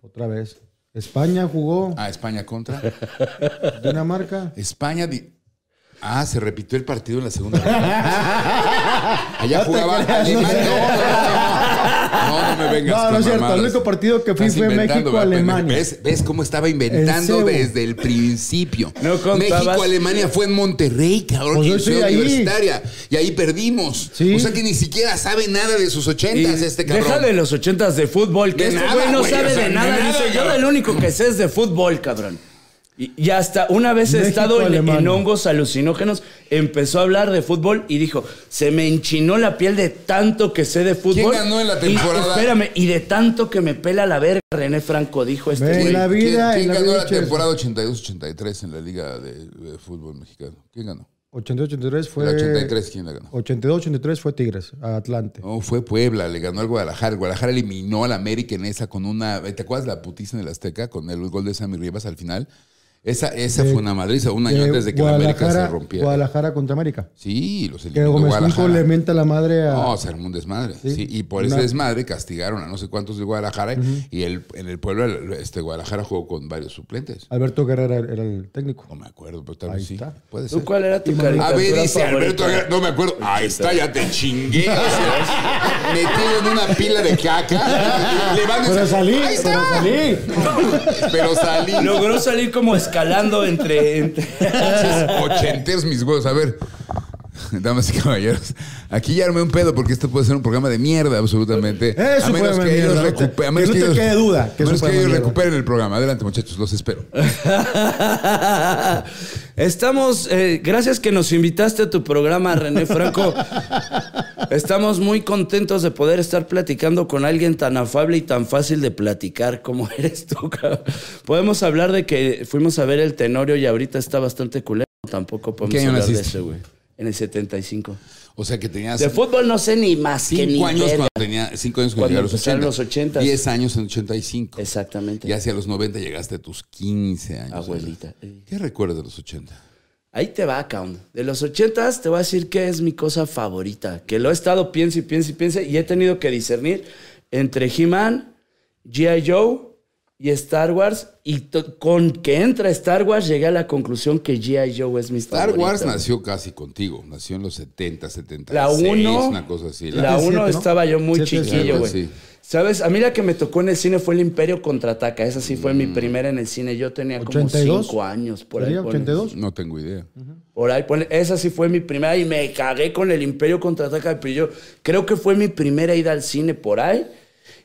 [SPEAKER 3] Otra vez. España jugó,
[SPEAKER 1] Ah, España contra.
[SPEAKER 3] Dinamarca.
[SPEAKER 1] España. di- Ah, se repitió el partido en la segunda ronda. Allá jugaba Alemania. No, no, no, no, no, no me vengas.
[SPEAKER 3] No,
[SPEAKER 1] con
[SPEAKER 3] no es cierto.
[SPEAKER 1] mamadas.
[SPEAKER 3] El único partido que fui
[SPEAKER 1] Estás
[SPEAKER 3] fue
[SPEAKER 1] inventando, ¿verdad, pendejo?
[SPEAKER 3] México-Alemania.
[SPEAKER 1] ¿Ves? ¿Ves cómo estaba inventando
[SPEAKER 3] El CEU.
[SPEAKER 1] desde el principio?
[SPEAKER 2] No contabas.
[SPEAKER 1] México-Alemania fue en Monterrey, cabrón,
[SPEAKER 3] Pues yo
[SPEAKER 1] en
[SPEAKER 3] estoy
[SPEAKER 1] Ciudad
[SPEAKER 3] ahí.
[SPEAKER 1] Universitaria. Y ahí perdimos.
[SPEAKER 3] Sí.
[SPEAKER 1] O sea que ni siquiera sabe nada de sus
[SPEAKER 2] Y
[SPEAKER 1] ochentas este cabrón.
[SPEAKER 2] deja de los ochentas de fútbol, que
[SPEAKER 1] De
[SPEAKER 2] este
[SPEAKER 1] nada,
[SPEAKER 2] güey no
[SPEAKER 1] güey,
[SPEAKER 2] sabe
[SPEAKER 1] o sea,
[SPEAKER 2] de
[SPEAKER 1] de
[SPEAKER 2] nada.
[SPEAKER 1] nada,
[SPEAKER 2] dice, yo
[SPEAKER 1] cabrón.
[SPEAKER 2] el único que sé es de fútbol, cabrón. Y, y hasta una vez he
[SPEAKER 3] México,
[SPEAKER 2] estado en,
[SPEAKER 3] Alemania.
[SPEAKER 2] en hongos alucinógenos, empezó a hablar de fútbol y dijo, se me enchinó la piel de tanto que sé de fútbol.
[SPEAKER 1] ganó en la
[SPEAKER 2] Y-
[SPEAKER 1] temporada?
[SPEAKER 2] espérame, y de tanto que me pela la verga, René Franco dijo este
[SPEAKER 3] Ven.
[SPEAKER 2] güey.
[SPEAKER 3] En la
[SPEAKER 1] ¿Quién-
[SPEAKER 3] vida,
[SPEAKER 1] ¿Quién,
[SPEAKER 3] en la
[SPEAKER 1] ganó
[SPEAKER 3] vida,
[SPEAKER 1] la
[SPEAKER 3] Chelsea.
[SPEAKER 1] temporada 82-83 en la Liga de, de Fútbol Mexicano? ¿Quién ganó?
[SPEAKER 3] 82-83 fue.
[SPEAKER 1] El 83, ¿quién la ganó?
[SPEAKER 3] 82-83 fue Tigres, a Atlante.
[SPEAKER 1] No, fue Puebla, le ganó al Guadalajara. El Guadalajara eliminó al América en esa con una. ¿Te acuerdas la putiza en el Azteca con el gol de Sammy Rivas al final? Esa, esa
[SPEAKER 3] De-
[SPEAKER 1] fue una madriza, un año
[SPEAKER 3] Eh,
[SPEAKER 1] antes de que la América se rompiera.
[SPEAKER 3] Guadalajara contra América.
[SPEAKER 1] Sí, los
[SPEAKER 3] Que
[SPEAKER 1] eliminó
[SPEAKER 3] Gómez Junco le
[SPEAKER 1] Guadalajara.
[SPEAKER 3] menta la madre a.
[SPEAKER 1] No, se armó un desmadre.
[SPEAKER 3] Sí.
[SPEAKER 1] sí, y por
[SPEAKER 3] Una-
[SPEAKER 1] ese desmadre castigaron a no sé cuántos de Guadalajara. Y el, en el pueblo, el- este, Guadalajara jugó con varios suplentes.
[SPEAKER 3] Alberto Guerrero era, era el técnico.
[SPEAKER 1] No me acuerdo, pero tal vez
[SPEAKER 3] Ahí
[SPEAKER 1] sí.
[SPEAKER 3] está.
[SPEAKER 1] Puede
[SPEAKER 2] ¿Tú
[SPEAKER 1] ser.
[SPEAKER 2] cuál era tu
[SPEAKER 1] A
[SPEAKER 2] caricatura
[SPEAKER 1] ver, dice
[SPEAKER 2] favorita?
[SPEAKER 1] Alberto, Aguilar, no me acuerdo. Ahí está, ya te chingué. Metido en una pila de caca. Levántese.
[SPEAKER 3] Pero salí,
[SPEAKER 1] Ahí está.
[SPEAKER 3] pero salí.
[SPEAKER 1] Pero salí.
[SPEAKER 2] Logró salir como escalando entre... entre...
[SPEAKER 1] Pinches ochenteros mis huevos. A ver, damas y caballeros, aquí ya armé un pedo porque esto puede ser un programa de mierda, absolutamente.
[SPEAKER 3] Es
[SPEAKER 1] a
[SPEAKER 3] un
[SPEAKER 1] menos
[SPEAKER 3] programa
[SPEAKER 1] que
[SPEAKER 3] de
[SPEAKER 1] ellos
[SPEAKER 3] mierda, no te-
[SPEAKER 1] recuperen. A menos
[SPEAKER 3] que no te
[SPEAKER 1] ellos-
[SPEAKER 3] quede duda que
[SPEAKER 1] a
[SPEAKER 3] es un
[SPEAKER 1] menos que
[SPEAKER 3] programa de
[SPEAKER 1] ellos
[SPEAKER 3] mierda.
[SPEAKER 1] recuperen el programa. Adelante, muchachos, los espero.
[SPEAKER 2] Estamos, eh, gracias que nos invitaste a tu programa, René Franco. Estamos muy contentos de poder estar platicando con alguien tan afable y tan fácil de platicar como eres tú. cabrón. Podemos hablar de que fuimos a ver el Tenorio y ahorita está bastante culero. Tampoco
[SPEAKER 1] ¿Qué
[SPEAKER 2] podemos
[SPEAKER 1] año
[SPEAKER 2] hablar de
[SPEAKER 1] naciste?
[SPEAKER 2] eso, güey. En el 75.
[SPEAKER 1] O sea que tenías
[SPEAKER 2] De fútbol no sé ni más que ni
[SPEAKER 1] cinco años
[SPEAKER 2] verga.
[SPEAKER 1] cuando tenía cinco años cuando,
[SPEAKER 2] Cuando
[SPEAKER 1] llegué a los
[SPEAKER 2] empezaron
[SPEAKER 1] 80.
[SPEAKER 2] los 80.
[SPEAKER 1] 10 años en 85.
[SPEAKER 2] Exactamente.
[SPEAKER 1] Y hacia los 90 llegaste a tus 15 años.
[SPEAKER 2] Abuelita.
[SPEAKER 1] ¿Qué recuerdas de los 80?
[SPEAKER 2] Ahí te va, Count. De los ochentas te voy a decir que es mi cosa favorita. Que lo he estado piense y piense y piense y he tenido que discernir entre He-Man, G.I. Joe y Star Wars. Y to- con que entra Star Wars llegué a la conclusión que G.I. Joe es mi
[SPEAKER 1] Star
[SPEAKER 2] favorita.
[SPEAKER 1] Wars nació casi contigo, nació en los 70, 76,
[SPEAKER 2] La uno-
[SPEAKER 1] una cosa así.
[SPEAKER 2] La
[SPEAKER 3] Siete,
[SPEAKER 2] 1
[SPEAKER 3] ¿no?
[SPEAKER 2] estaba yo muy
[SPEAKER 3] Siete,
[SPEAKER 2] chiquillo,
[SPEAKER 1] siete.
[SPEAKER 2] güey.
[SPEAKER 1] Sí.
[SPEAKER 2] ¿Sabes? A mí la que me tocó en el cine fue El Imperio Contraataca. Esa sí fue mi
[SPEAKER 1] Mm.
[SPEAKER 2] primera en el cine. Yo tenía como
[SPEAKER 3] 82.
[SPEAKER 2] 5 años. Por ahí
[SPEAKER 3] ¿Sería
[SPEAKER 2] ponle.
[SPEAKER 3] 82?
[SPEAKER 1] No tengo idea.
[SPEAKER 2] Por ahí, ponle- esa sí fue mi primera y me cagué con el Imperio Contraataca, pero yo creo que fue mi primera ida al cine por ahí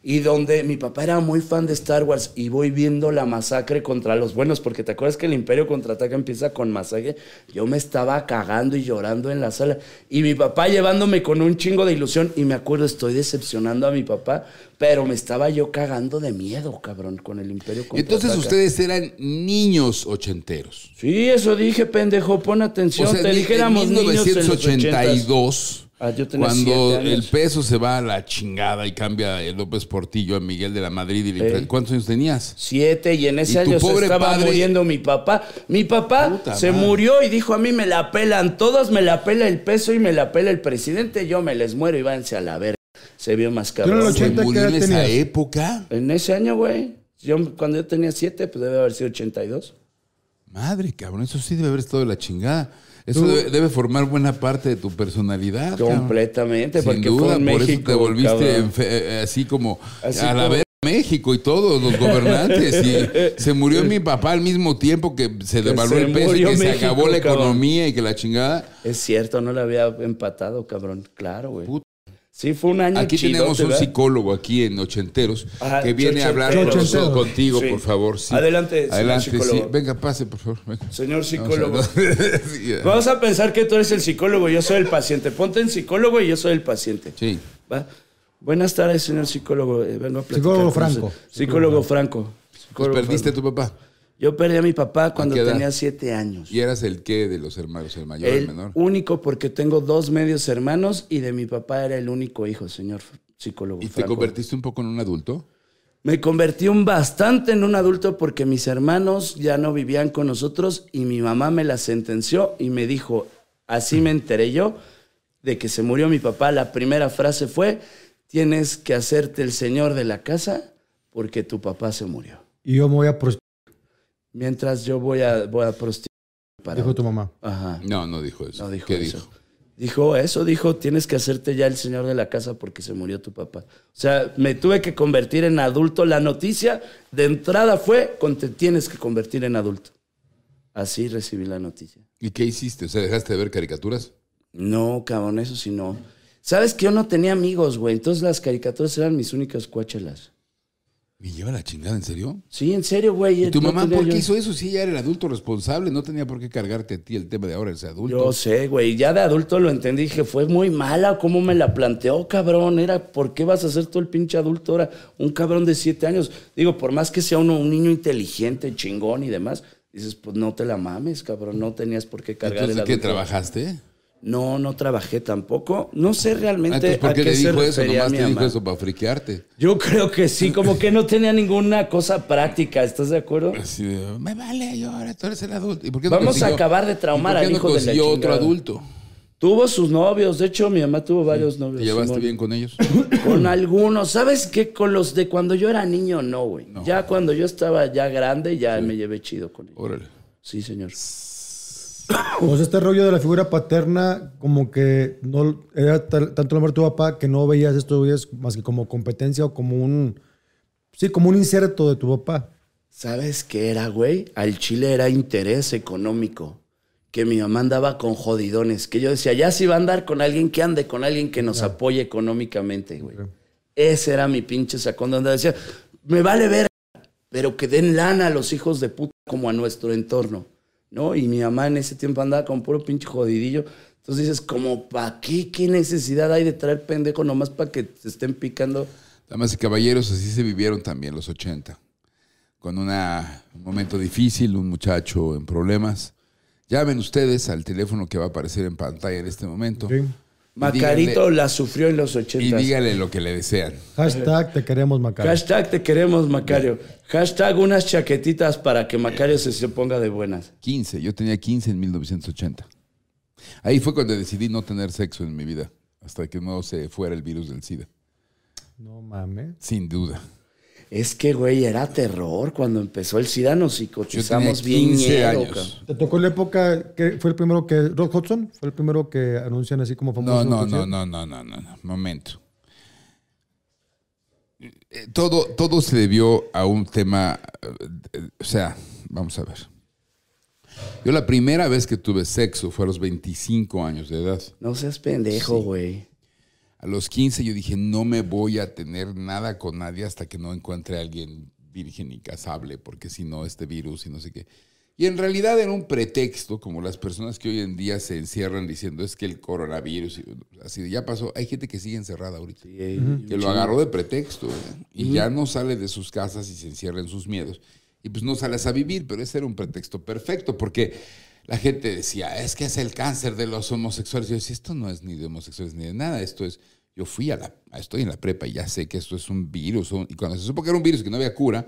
[SPEAKER 2] y donde mi papá era muy fan de Star Wars y voy viendo la masacre contra los buenos, porque te acuerdas que el Imperio Contraataca empieza con masacre, yo me estaba cagando y llorando en la sala y mi papá llevándome con un chingo de ilusión y me acuerdo estoy decepcionando a mi papá, pero me estaba yo cagando de miedo, cabrón, con el Imperio
[SPEAKER 1] Y
[SPEAKER 2] Contraataca.
[SPEAKER 1] Entonces ustedes eran niños ochenteros.
[SPEAKER 2] Sí, eso dije, pendejo, pon
[SPEAKER 1] O
[SPEAKER 2] atención.
[SPEAKER 1] sea,
[SPEAKER 2] te
[SPEAKER 1] en-
[SPEAKER 2] dije, éramos
[SPEAKER 1] en
[SPEAKER 2] niños en los 80s.
[SPEAKER 1] 1982,
[SPEAKER 2] Ah, yo tenía
[SPEAKER 1] cuando
[SPEAKER 2] siete años.
[SPEAKER 1] el peso se va a la chingada y cambia el López Portillo a Miguel de la Madrid. Y le-
[SPEAKER 2] Ey.
[SPEAKER 1] ¿Cuántos años tenías?
[SPEAKER 2] Siete, y en
[SPEAKER 1] Y
[SPEAKER 2] ese
[SPEAKER 1] tu
[SPEAKER 2] año se
[SPEAKER 1] pobre
[SPEAKER 2] estaba
[SPEAKER 1] padre-
[SPEAKER 2] muriendo mi papá. Mi papá
[SPEAKER 1] Puta
[SPEAKER 2] se
[SPEAKER 1] madre.
[SPEAKER 2] murió y dijo: A mí me la pelan todos, me la pela el peso y me la pela el presidente. Yo me les muero y váyanse a la verga. Se vio más
[SPEAKER 3] en el
[SPEAKER 2] cabrón.
[SPEAKER 1] ¿Se
[SPEAKER 3] 80 qué
[SPEAKER 1] murió
[SPEAKER 3] edad
[SPEAKER 1] en esa
[SPEAKER 3] tenías?
[SPEAKER 1] época?
[SPEAKER 2] En ese año, güey. Yo, cuando yo tenía siete, pues debe haber sido 82.
[SPEAKER 1] Madre, cabrón, eso sí debe haber estado de la chingada. Eso debe, debe formar buena parte de tu personalidad. Ah, cabrón.
[SPEAKER 2] Completamente,
[SPEAKER 1] Sin
[SPEAKER 2] porque
[SPEAKER 1] duda,
[SPEAKER 2] fue en
[SPEAKER 1] por
[SPEAKER 2] México.
[SPEAKER 1] eso te volviste
[SPEAKER 2] cabrón.
[SPEAKER 1] enfe- eh, así como
[SPEAKER 2] Así
[SPEAKER 1] a la
[SPEAKER 2] como-
[SPEAKER 1] ver México y todos los gobernantes. y se murió mi papá al mismo tiempo que se devaluó
[SPEAKER 2] se
[SPEAKER 1] el peso y
[SPEAKER 2] murió
[SPEAKER 1] que se
[SPEAKER 2] México,
[SPEAKER 1] acabó la
[SPEAKER 2] cabrón.
[SPEAKER 1] economía y que la chingada.
[SPEAKER 2] Es cierto, no la había empatado, cabrón. Claro, güey.
[SPEAKER 1] Puta.
[SPEAKER 2] Sí, fue un año
[SPEAKER 1] Aquí
[SPEAKER 2] chidote,
[SPEAKER 1] tenemos un
[SPEAKER 2] ¿verdad?
[SPEAKER 1] psicólogo aquí en Ochenteros
[SPEAKER 2] Ah,
[SPEAKER 1] que viene a hablar con
[SPEAKER 2] Ochenteros.
[SPEAKER 1] nosotros, contigo,
[SPEAKER 2] Sí.
[SPEAKER 1] por favor. sí.
[SPEAKER 2] Adelante, señor
[SPEAKER 1] Adelante,
[SPEAKER 2] psicólogo.
[SPEAKER 1] sí. Venga, pase, por favor. venga.
[SPEAKER 2] Señor
[SPEAKER 1] Vamos a-
[SPEAKER 2] psicólogo.
[SPEAKER 1] Sí,
[SPEAKER 2] Vamos a pensar que tú eres el psicólogo y yo soy el paciente. Ponte en psicólogo y yo soy el paciente.
[SPEAKER 1] sí.
[SPEAKER 2] ¿Va? Buenas tardes, señor psicólogo. Eh, vengo a platicar
[SPEAKER 3] Psicólogo
[SPEAKER 2] con usted.
[SPEAKER 3] Franco.
[SPEAKER 2] Psicólogo Franco.
[SPEAKER 1] Pues
[SPEAKER 2] Psicólogo
[SPEAKER 1] perdiste a
[SPEAKER 2] Franco.
[SPEAKER 1] tu papá.
[SPEAKER 2] Yo perdí a mi papá cuando
[SPEAKER 1] qué edad?
[SPEAKER 2] tenía siete años.
[SPEAKER 1] Y eras el qué de los hermanos, el mayor, el
[SPEAKER 2] El
[SPEAKER 1] menor.
[SPEAKER 2] único porque tengo dos medios hermanos y de mi papá era el único hijo, señor f- psicólogo
[SPEAKER 1] ¿Y te
[SPEAKER 2] Franco.
[SPEAKER 1] convertiste un poco en un adulto?
[SPEAKER 2] Me convertí un bastante en un adulto porque mis hermanos ya no vivían con nosotros y mi mamá me la sentenció y me dijo, así me enteré yo de que se murió mi papá. La primera frase fue, tienes que hacerte el señor de la casa porque tu papá se murió.
[SPEAKER 3] Y yo me voy a prostituir,
[SPEAKER 2] Mientras yo voy a, voy a prostituir para...
[SPEAKER 3] dijo tu mamá.
[SPEAKER 2] Ajá.
[SPEAKER 1] No, no dijo eso.
[SPEAKER 2] No dijo
[SPEAKER 1] ¿Qué
[SPEAKER 2] eso.
[SPEAKER 1] dijo?
[SPEAKER 2] Dijo eso, dijo, tienes que hacerte ya el señor de la casa porque se murió tu papá. O sea, me tuve que convertir en adulto. La noticia de entrada fue, con te tienes que convertir en adulto. Así recibí la noticia.
[SPEAKER 1] ¿Y qué hiciste? O sea, ¿dejaste de ver caricaturas?
[SPEAKER 2] No, cabrón, eso sí no. Sabes que yo no tenía amigos, güey. Entonces las caricaturas eran mis únicas cuáchelas.
[SPEAKER 1] Me lleva la chingada, ¿en serio?
[SPEAKER 2] Sí, en serio, güey. eh,
[SPEAKER 1] ¿Y tu
[SPEAKER 2] no
[SPEAKER 1] mamá
[SPEAKER 2] tenía
[SPEAKER 1] por qué
[SPEAKER 2] yo-
[SPEAKER 1] hizo eso? Si ella era el adulto responsable, no tenía por qué cargarte a ti el tema de ahora ese adulto.
[SPEAKER 2] Yo sé, güey. Ya de adulto lo entendí. Dije, fue muy mala cómo me la planteó, cabrón. Era, ¿por qué vas a ser tú el pinche adulto ahora? Un cabrón de siete años. Digo, por más que sea uno un niño inteligente, chingón y demás, dices, pues no te la mames, cabrón. No tenías por qué cargar
[SPEAKER 1] Entonces,
[SPEAKER 2] el
[SPEAKER 1] ¿de qué
[SPEAKER 2] adulto.
[SPEAKER 1] trabajaste?
[SPEAKER 2] No, no trabajé tampoco. No sé
[SPEAKER 1] Ah,
[SPEAKER 2] realmente
[SPEAKER 1] Entonces, ¿por
[SPEAKER 2] a
[SPEAKER 1] qué
[SPEAKER 2] qué
[SPEAKER 1] le
[SPEAKER 2] se
[SPEAKER 1] dijo eso?
[SPEAKER 2] refería
[SPEAKER 1] Nomás
[SPEAKER 2] mi
[SPEAKER 1] te dijo
[SPEAKER 2] mamá.
[SPEAKER 1] eso para friquearte.
[SPEAKER 2] Yo creo que sí, como que no tenía ninguna cosa práctica. ¿Estás de acuerdo?
[SPEAKER 1] Así de, me vale, yo ahora tú eres el adulto. ¿Y por qué
[SPEAKER 2] Vamos a acabar de traumar
[SPEAKER 1] ¿y por qué
[SPEAKER 2] al
[SPEAKER 1] no
[SPEAKER 2] hijo de la
[SPEAKER 1] consiguió otro
[SPEAKER 2] chingada?
[SPEAKER 1] adulto.
[SPEAKER 2] Tuvo sus novios. De hecho, mi mamá tuvo varios
[SPEAKER 1] ¿Te
[SPEAKER 2] novios.
[SPEAKER 1] llevaste
[SPEAKER 2] Pues, Simón.
[SPEAKER 1] bien con ellos?
[SPEAKER 2] Con algunos. ¿Sabes qué? Con los de cuando yo era niño, no, güey. Ya cuando yo estaba ya grande, ya me llevé chido con ellos.
[SPEAKER 1] Órale.
[SPEAKER 2] Sí, señor.
[SPEAKER 3] Pues este rollo de la figura paterna, como que no era tal- tanto el amor de tu papá que no veías estos días más que como competencia o como un. Sí, como un inserto de tu papá.
[SPEAKER 2] ¿Sabes qué era, güey? Al Chile era interés económico. Que mi mamá andaba con jodidones. Que yo decía, ya si va a andar con alguien que ande, con alguien que nos apoye económicamente, güey. Ese era mi pinche sacón donde decía, me vale ver, pero que den lana a los hijos de puta como a nuestro entorno, ¿no? Y mi mamá en ese tiempo andaba con puro pinche jodidillo. Entonces dices, como, ¿pa' qué? ¿Qué necesidad hay de traer pendejo nomás para que te estén picando?
[SPEAKER 1] Damas y caballeros, así se vivieron también los 80. Con una- un momento difícil, un muchacho en problemas. Llamen ustedes al teléfono que va a aparecer en pantalla en este momento.
[SPEAKER 3] ¿ok?
[SPEAKER 2] Macarito
[SPEAKER 1] díganle-
[SPEAKER 2] la sufrió en los
[SPEAKER 1] Y
[SPEAKER 2] ochentas.
[SPEAKER 1] díganle lo que le desean.
[SPEAKER 3] Hashtag te queremos, Macario.
[SPEAKER 2] Hashtag te queremos, Macario. Hashtag unas chaquetitas para que Macario se, se ponga de buenas.
[SPEAKER 1] 15, yo tenía 15 en 1980. Ahí fue cuando decidí no tener sexo en mi vida, hasta que no se fuera el virus del SIDA.
[SPEAKER 3] No mames.
[SPEAKER 1] Sin duda.
[SPEAKER 2] Es que, güey, era terror cuando empezó el SIDA. Nos
[SPEAKER 1] Yo tenía
[SPEAKER 2] psicotizamos
[SPEAKER 1] 15
[SPEAKER 2] bien. ñero,
[SPEAKER 1] años.
[SPEAKER 2] cabrón.
[SPEAKER 3] ¿Te tocó la época que fue el primero que. Rod Hudson fue el primero que anuncian así como
[SPEAKER 1] No,
[SPEAKER 3] famoso?
[SPEAKER 1] no, no, no, no, no, no, no. Momento. Eh, Todo, todo se debió a un tema. eh, eh, O sea, vamos a ver. Yo la primera vez que tuve sexo fue a los 25 años de edad.
[SPEAKER 2] No seas pendejo, güey.
[SPEAKER 1] A los 15 yo dije, no me voy a tener nada con nadie hasta que no encuentre a alguien virgen y casable, porque si no, este virus y no sé qué. Y en realidad era un pretexto, como las personas que hoy en día se encierran diciendo, es que el coronavirus, y- así de, ya pasó. Hay gente que sigue encerrada ahorita,
[SPEAKER 2] Sí, eh,
[SPEAKER 1] que lo agarró de pretexto, ¿eh? y ya no sale de sus casas y se encierra en sus miedos. Y pues no sales a vivir, pero ese era un pretexto perfecto, porque la gente decía, es que es el cáncer de los homosexuales. Yo decía, esto no es ni de homosexuales ni de nada, esto es, yo fui a la, estoy en la prepa y ya sé que esto es un virus. un- y cuando se supo que era un virus que no había cura,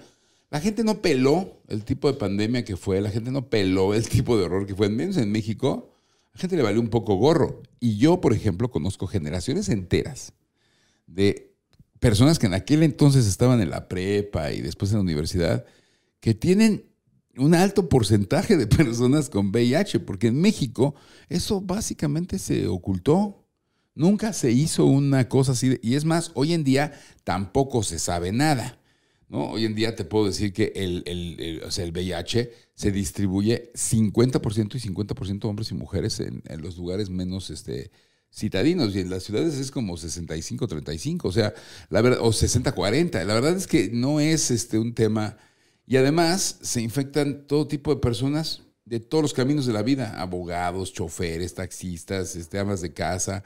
[SPEAKER 1] la gente no peló el tipo de pandemia que fue, la gente no peló el tipo de horror que fue, al menos en México, la gente le valió un poco gorro. Y yo, por ejemplo, conozco generaciones enteras de personas que en aquel entonces estaban en la prepa y después en la universidad, que tienen un alto porcentaje de personas con VIH, porque en México eso básicamente se ocultó. Nunca se hizo una cosa así. de- y es más, hoy en día tampoco se sabe nada. ¿no? Hoy en día te puedo decir que el, el- el- o sea, el VIH se distribuye 50% y 50% hombres y mujeres en, en los lugares menos este, citadinos. Y en las ciudades es como 65-35, o sea, la verdad, o 60-40. La verdad es que no es este, un tema. Y además se infectan todo tipo de personas de todos los caminos de la vida, abogados, choferes, taxistas, este, amas de casa.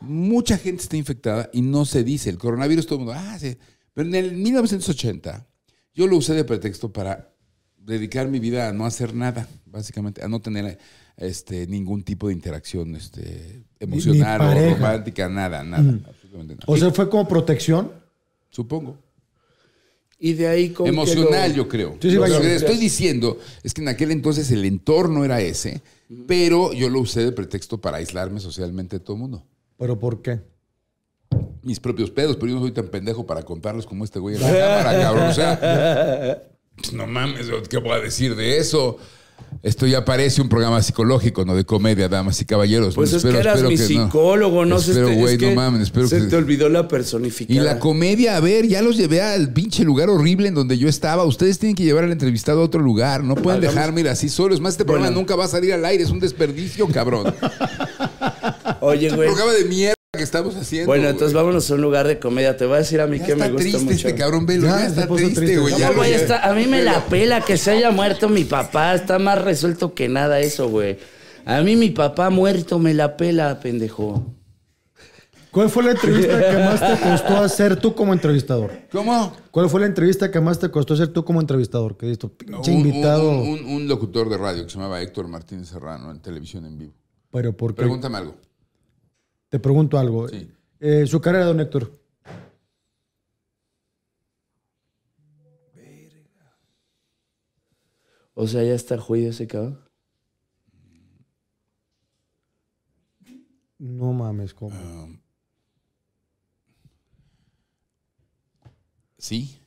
[SPEAKER 1] Mucha gente está infectada y no se dice. El coronavirus todo el mundo, ah, sí. Pero en el 1980 yo lo usé de pretexto para dedicar mi vida a no hacer nada, básicamente, a no tener este, ningún tipo de interacción este, emocional o
[SPEAKER 3] pareja. Mm.
[SPEAKER 1] romántica, nada, nada, absolutamente nada.
[SPEAKER 3] O sea, fue como protección.
[SPEAKER 1] Supongo.
[SPEAKER 2] Y de ahí con que
[SPEAKER 1] Emocional,
[SPEAKER 2] lo-
[SPEAKER 1] yo creo.
[SPEAKER 3] Sí, sí,
[SPEAKER 1] lo
[SPEAKER 3] vaya.
[SPEAKER 1] que estoy diciendo es que en aquel entonces el entorno era ese, pero yo lo usé de pretexto para aislarme socialmente de todo el mundo.
[SPEAKER 3] ¿Pero por qué?
[SPEAKER 1] Mis propios pedos, pero yo no soy tan pendejo para contarlos como este güey en la cámara, cabrón. O sea, pues, no mames, ¿qué voy a decir de eso? Esto ya parece un programa psicológico, ¿no? De comedia, damas y caballeros.
[SPEAKER 2] Pues es
[SPEAKER 1] Espero-
[SPEAKER 2] que eras
[SPEAKER 1] espero
[SPEAKER 2] mi
[SPEAKER 1] que no.
[SPEAKER 2] psicólogo, no, sé.
[SPEAKER 1] Espero,
[SPEAKER 2] este-
[SPEAKER 1] güey,
[SPEAKER 2] es
[SPEAKER 1] no
[SPEAKER 2] que
[SPEAKER 1] mames, espero
[SPEAKER 2] se
[SPEAKER 1] que-
[SPEAKER 2] te olvidó la
[SPEAKER 1] Y
[SPEAKER 2] personificada.
[SPEAKER 1] la comedia, a ver, ya los llevé al pinche lugar horrible en donde yo estaba. Ustedes tienen que llevar al entrevistado a otro lugar. No pueden
[SPEAKER 2] Hagamos-
[SPEAKER 1] dejarme ir así solo. Es más, este programa
[SPEAKER 2] Ah, Bueno. Pues-
[SPEAKER 1] nunca va a salir al aire. Es un desperdicio, cabrón.
[SPEAKER 2] Oye, güey.
[SPEAKER 1] programa de mierda. que estamos haciendo.
[SPEAKER 2] Bueno, entonces
[SPEAKER 1] güey.
[SPEAKER 2] vámonos a un lugar de comedia. Te voy a decir a mí
[SPEAKER 1] Ya
[SPEAKER 2] que
[SPEAKER 1] está
[SPEAKER 2] me gusta
[SPEAKER 1] triste
[SPEAKER 2] mucho.
[SPEAKER 1] este cabrón, velo. Ya,
[SPEAKER 3] Ya se
[SPEAKER 1] está
[SPEAKER 3] puso
[SPEAKER 1] triste,
[SPEAKER 3] triste.
[SPEAKER 1] güey.
[SPEAKER 2] No,
[SPEAKER 1] ya, eh.
[SPEAKER 2] güey,
[SPEAKER 1] ya.
[SPEAKER 2] está- a mí me la pela que se haya muerto mi papá. Está más resuelto que nada eso, güey. A mí mi papá muerto me la pela, pendejo.
[SPEAKER 3] ¿Cuál fue la entrevista que más te costó hacer tú como entrevistador?
[SPEAKER 1] ¿Cómo?
[SPEAKER 3] ¿Cuál fue la entrevista que más te costó hacer tú como entrevistador? Que dices, pinche
[SPEAKER 1] Un- un-
[SPEAKER 3] invitado.
[SPEAKER 1] Un, un- un locutor de radio que se llamaba Héctor Martínez Serrano en televisión en vivo.
[SPEAKER 3] Pero porque
[SPEAKER 1] Pregúntame algo.
[SPEAKER 3] te pregunto algo.
[SPEAKER 1] Sí.
[SPEAKER 3] Eh, su carrera, don Héctor.
[SPEAKER 2] O sea, ya está el juicio ese cabrón.
[SPEAKER 3] No mames, ¿cómo?
[SPEAKER 1] Um, sí.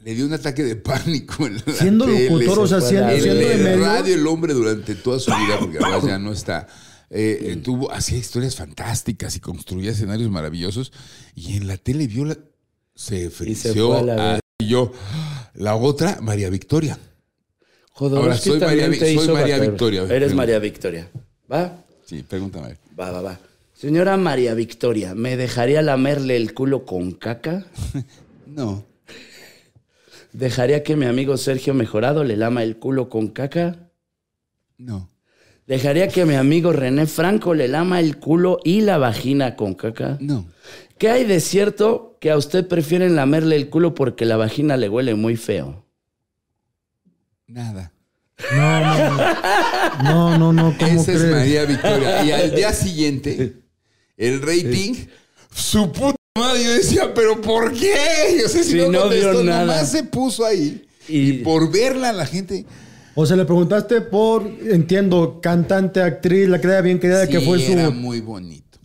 [SPEAKER 1] Le dio un ataque de pánico en la
[SPEAKER 3] Siendo
[SPEAKER 1] tele,
[SPEAKER 3] locutor, o sea,
[SPEAKER 2] se fue
[SPEAKER 3] siendo,
[SPEAKER 2] a la
[SPEAKER 3] siendo de
[SPEAKER 1] en el
[SPEAKER 3] medio.
[SPEAKER 1] radio el hombre durante toda su vida, porque además ya no está. eh, eh, tuvo, hacía historias fantásticas y construía escenarios maravillosos. Y en la tele vio la- se frició
[SPEAKER 2] fue a la verga.
[SPEAKER 1] y yo. La otra, María Victoria.
[SPEAKER 2] Jodorowsky
[SPEAKER 1] soy
[SPEAKER 2] también
[SPEAKER 1] María-
[SPEAKER 2] te
[SPEAKER 1] soy
[SPEAKER 2] hizo
[SPEAKER 1] María
[SPEAKER 2] vaquero.
[SPEAKER 1] Victoria.
[SPEAKER 2] Eres
[SPEAKER 1] Pero-
[SPEAKER 2] María Victoria. ¿Va?
[SPEAKER 1] Sí, pregúntame.
[SPEAKER 2] Va, va, va. Señora María Victoria, ¿me dejaría lamerle el culo con caca?
[SPEAKER 1] No.
[SPEAKER 2] ¿Dejaría que mi amigo Sergio Mejorado le lama el culo con caca?
[SPEAKER 1] No.
[SPEAKER 2] ¿Dejaría que mi amigo René Franco le lama el culo y la vagina con caca?
[SPEAKER 1] No.
[SPEAKER 2] ¿Qué hay de cierto que a usted prefieren lamerle el culo porque la vagina le huele muy feo?
[SPEAKER 1] Nada.
[SPEAKER 3] No, no, no. No, no, no, ¿cómo
[SPEAKER 1] Esa es
[SPEAKER 3] crees?
[SPEAKER 1] María Victoria. Y al día siguiente, el rating, su puta madre, yo decía, ¿pero por qué? Yo sé si
[SPEAKER 2] Sí,
[SPEAKER 1] no,
[SPEAKER 2] no
[SPEAKER 1] contestó,
[SPEAKER 2] dio
[SPEAKER 1] nomás
[SPEAKER 2] nada.
[SPEAKER 1] se puso ahí. Y,
[SPEAKER 2] Y-
[SPEAKER 1] por verla, la gente.
[SPEAKER 3] O sea, le preguntaste por, entiendo, cantante, actriz, la que era bien querida, que
[SPEAKER 1] sí,
[SPEAKER 3] fue su.
[SPEAKER 1] Era muy bonito.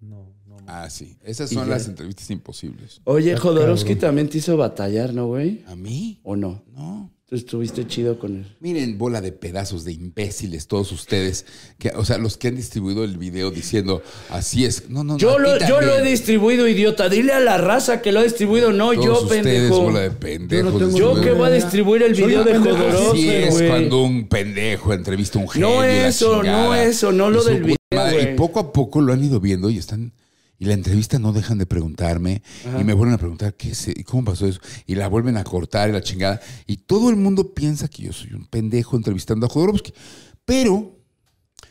[SPEAKER 3] No, no.
[SPEAKER 1] Ah, sí. Esas son las entrevistas imposibles.
[SPEAKER 2] Oye,
[SPEAKER 3] Ah,
[SPEAKER 2] Jodorowsky
[SPEAKER 3] cabrón.
[SPEAKER 2] también te hizo batallar, ¿no, güey?
[SPEAKER 1] ¿A mí?
[SPEAKER 2] ¿O no?
[SPEAKER 1] No.
[SPEAKER 2] Tú estuviste chido con él.
[SPEAKER 1] Miren, bola de pedazos de imbéciles, todos ustedes. Que, o sea, los que han distribuido el video diciendo, así es. No, no, no. a
[SPEAKER 2] Yo
[SPEAKER 1] ti
[SPEAKER 2] lo, yo lo he
[SPEAKER 1] también.
[SPEAKER 2] distribuido, idiota. Dile a la raza que lo ha distribuido, no
[SPEAKER 1] Todos
[SPEAKER 2] yo,
[SPEAKER 1] ustedes,
[SPEAKER 2] pendejo.
[SPEAKER 1] bola de pendejos.
[SPEAKER 3] tengo-
[SPEAKER 2] Yo que
[SPEAKER 1] distribuido.
[SPEAKER 2] voy a distribuir el
[SPEAKER 3] Soy
[SPEAKER 2] video
[SPEAKER 3] un
[SPEAKER 2] de
[SPEAKER 3] pendejo.
[SPEAKER 1] Así
[SPEAKER 2] Jodorowsky,
[SPEAKER 1] es
[SPEAKER 2] güey.
[SPEAKER 1] cuando un pendejo entrevista a un genio.
[SPEAKER 2] No
[SPEAKER 1] y la
[SPEAKER 2] eso,
[SPEAKER 1] chingada.
[SPEAKER 2] no eso, no lo
[SPEAKER 1] Y su
[SPEAKER 2] del
[SPEAKER 1] puta
[SPEAKER 2] video,
[SPEAKER 1] madre.
[SPEAKER 2] güey.
[SPEAKER 1] Y poco a poco lo han ido viendo y están. Y la entrevista no dejan de preguntarme. Y me vuelven a preguntar qué es, y cómo pasó eso. Y la vuelven a cortar y la chingada. Y todo el mundo piensa que yo soy un pendejo entrevistando a Jodorowsky. Pero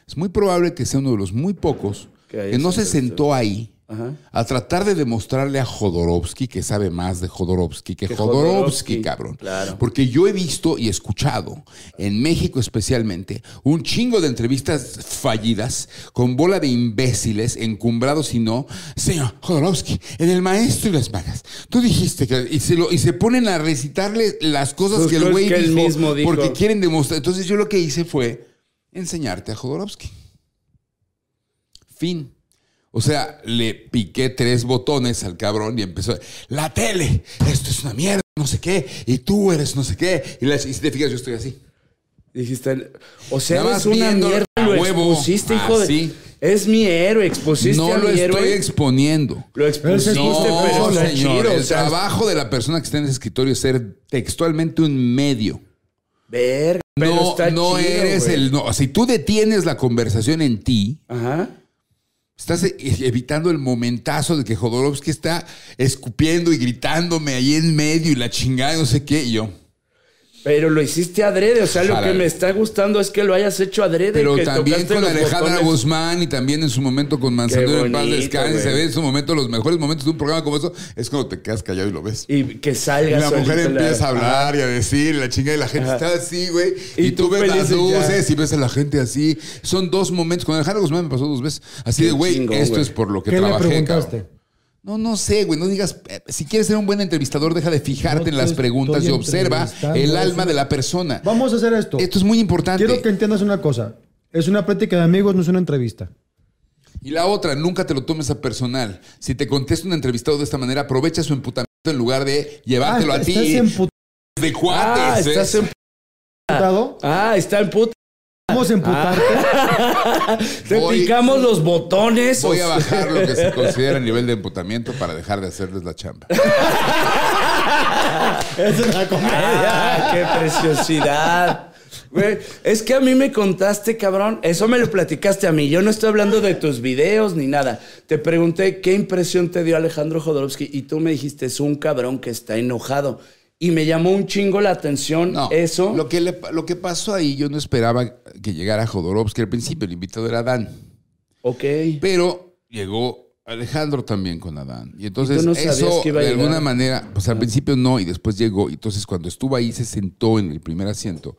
[SPEAKER 1] es muy probable que sea uno de los muy pocos
[SPEAKER 2] Que haya
[SPEAKER 1] que no se
[SPEAKER 2] sido esto.
[SPEAKER 1] sentó ahí
[SPEAKER 2] Ajá.
[SPEAKER 1] a tratar de demostrarle a Jodorowsky que sabe más de Jodorowsky que,
[SPEAKER 2] Que
[SPEAKER 1] Jodorowsky,
[SPEAKER 2] Jodorowsky,
[SPEAKER 1] cabrón.
[SPEAKER 2] claro.
[SPEAKER 1] Porque yo he visto y escuchado, en México especialmente, un chingo de entrevistas fallidas con bola de imbéciles encumbrados y no. Señor Jodorowsky, en El Maestro y las Magas, tú dijiste que... Y se, lo, y se ponen a recitarle las cosas
[SPEAKER 2] Sus
[SPEAKER 1] que el
[SPEAKER 2] cosas
[SPEAKER 1] güey
[SPEAKER 2] Pues que él
[SPEAKER 1] dijo,
[SPEAKER 2] mismo dijo.
[SPEAKER 1] porque quieren demostrar. Entonces yo lo que hice fue enseñarte a Jodorowsky. Fin. O sea, le piqué tres botones al cabrón y empezó, la tele, esto es una mierda, no sé qué, y tú eres no sé qué. Y, las, y si te fijas, yo estoy así.
[SPEAKER 2] Dijiste, o sea,
[SPEAKER 1] Nada
[SPEAKER 2] eres
[SPEAKER 1] más
[SPEAKER 2] una
[SPEAKER 1] viendo
[SPEAKER 2] mierda,
[SPEAKER 1] a
[SPEAKER 2] lo
[SPEAKER 1] huevo,
[SPEAKER 2] expusiste, hijo de...
[SPEAKER 1] así.
[SPEAKER 2] Es mi héroe, expusiste
[SPEAKER 1] no
[SPEAKER 2] a
[SPEAKER 1] lo
[SPEAKER 2] mi
[SPEAKER 1] estoy
[SPEAKER 2] héroe.
[SPEAKER 1] exponiendo.
[SPEAKER 2] Lo expusiste,
[SPEAKER 3] No,
[SPEAKER 2] pero está
[SPEAKER 1] señor,
[SPEAKER 2] chido, o
[SPEAKER 1] el
[SPEAKER 2] sea,
[SPEAKER 1] trabajo de la persona que está en ese escritorio es ser textualmente un medio.
[SPEAKER 2] verga, pero
[SPEAKER 1] no
[SPEAKER 2] está
[SPEAKER 1] no
[SPEAKER 2] chido,
[SPEAKER 1] eres
[SPEAKER 2] güey.
[SPEAKER 1] el... No, si tú detienes la conversación en ti,
[SPEAKER 2] Ajá.
[SPEAKER 1] Estás e- evitando el momentazo de que Jodorowsky está escupiendo y gritándome ahí en medio y la chingada, no sé qué, y yo.
[SPEAKER 2] Pero lo hiciste adrede, o sea, lo
[SPEAKER 1] Jálale.
[SPEAKER 2] que me está gustando es que lo hayas hecho adrede.
[SPEAKER 1] Pero
[SPEAKER 2] que
[SPEAKER 1] también
[SPEAKER 2] tocaste
[SPEAKER 1] con
[SPEAKER 2] los
[SPEAKER 1] Alejandra
[SPEAKER 2] botones.
[SPEAKER 1] Guzmán y también en su momento con Manzanero en paz
[SPEAKER 2] bonito,
[SPEAKER 1] descanse, se
[SPEAKER 2] güey.
[SPEAKER 1] ve en su momento los mejores momentos de un programa como eso, es cuando te quedas callado y lo ves.
[SPEAKER 2] Y que
[SPEAKER 1] Y
[SPEAKER 2] salga
[SPEAKER 1] la
[SPEAKER 2] solito
[SPEAKER 1] mujer empieza a
[SPEAKER 2] Ajá.
[SPEAKER 1] hablar y a decir, la chingada, y la gente está así, güey. Y,
[SPEAKER 2] Y
[SPEAKER 1] tú
[SPEAKER 2] tú
[SPEAKER 1] ves las
[SPEAKER 2] feliz y ya.
[SPEAKER 1] luces y ves a la gente así. Son dos momentos. Con Alejandra Guzmán me pasó dos veces. Así
[SPEAKER 2] Qué
[SPEAKER 1] de, güey,
[SPEAKER 2] chingón,
[SPEAKER 1] esto
[SPEAKER 2] güey.
[SPEAKER 1] es por lo que
[SPEAKER 3] ¿Qué le
[SPEAKER 1] trabajé.
[SPEAKER 3] preguntaste?
[SPEAKER 1] cabrón. No, no sé, güey. No digas. eh, Si quieres ser un buen entrevistador, deja de fijarte
[SPEAKER 3] No te
[SPEAKER 1] en las preguntas y
[SPEAKER 3] estoy
[SPEAKER 1] observa
[SPEAKER 3] entrevistando,
[SPEAKER 1] el
[SPEAKER 3] es
[SPEAKER 1] alma
[SPEAKER 3] una-
[SPEAKER 1] de la persona.
[SPEAKER 3] Vamos a hacer esto.
[SPEAKER 1] Esto es muy importante.
[SPEAKER 3] Quiero que entiendas una cosa. Es una plática de amigos, no es una entrevista.
[SPEAKER 1] Y la otra, nunca te lo tomes a personal. Si te contesta un entrevistado de esta manera, aprovecha su emputamiento en lugar de llevártelo
[SPEAKER 3] Ah,
[SPEAKER 1] a ti.
[SPEAKER 3] ¿Estás emputado?
[SPEAKER 1] De cuates.
[SPEAKER 2] Ah,
[SPEAKER 1] ¿eh?
[SPEAKER 2] estás en... Ah, está en puta.
[SPEAKER 3] Vamos a emputarte.
[SPEAKER 2] Te
[SPEAKER 1] Voy-
[SPEAKER 2] picamos los botones.
[SPEAKER 1] Voy
[SPEAKER 2] o
[SPEAKER 1] a bajar lo que se considera el nivel de emputamiento para dejar de hacerles la chamba.
[SPEAKER 3] Es una comedia.
[SPEAKER 2] ¡Ah, qué preciosidad! Güey, es que a mí me contaste, cabrón. Eso me lo platicaste a mí. Yo no estoy hablando de tus videos ni nada. Te pregunté qué impresión te dio Alejandro Jodorowsky y tú me dijiste, es un cabrón que está enojado. Y me llamó un chingo la atención
[SPEAKER 1] No,
[SPEAKER 2] eso.
[SPEAKER 1] Lo que, le- lo que pasó ahí, yo no esperaba que llegara Jodorowsky al principio. El invitado era Dan.
[SPEAKER 2] Ok.
[SPEAKER 1] Pero llegó Alejandro también con Adán. Y entonces
[SPEAKER 2] ¿Y tú no sabías
[SPEAKER 1] eso,
[SPEAKER 2] que iba a
[SPEAKER 1] de
[SPEAKER 2] llegar? Ah.
[SPEAKER 1] alguna manera, pues al principio no, y después llegó. Y entonces cuando estuvo ahí, se sentó en el primer asiento.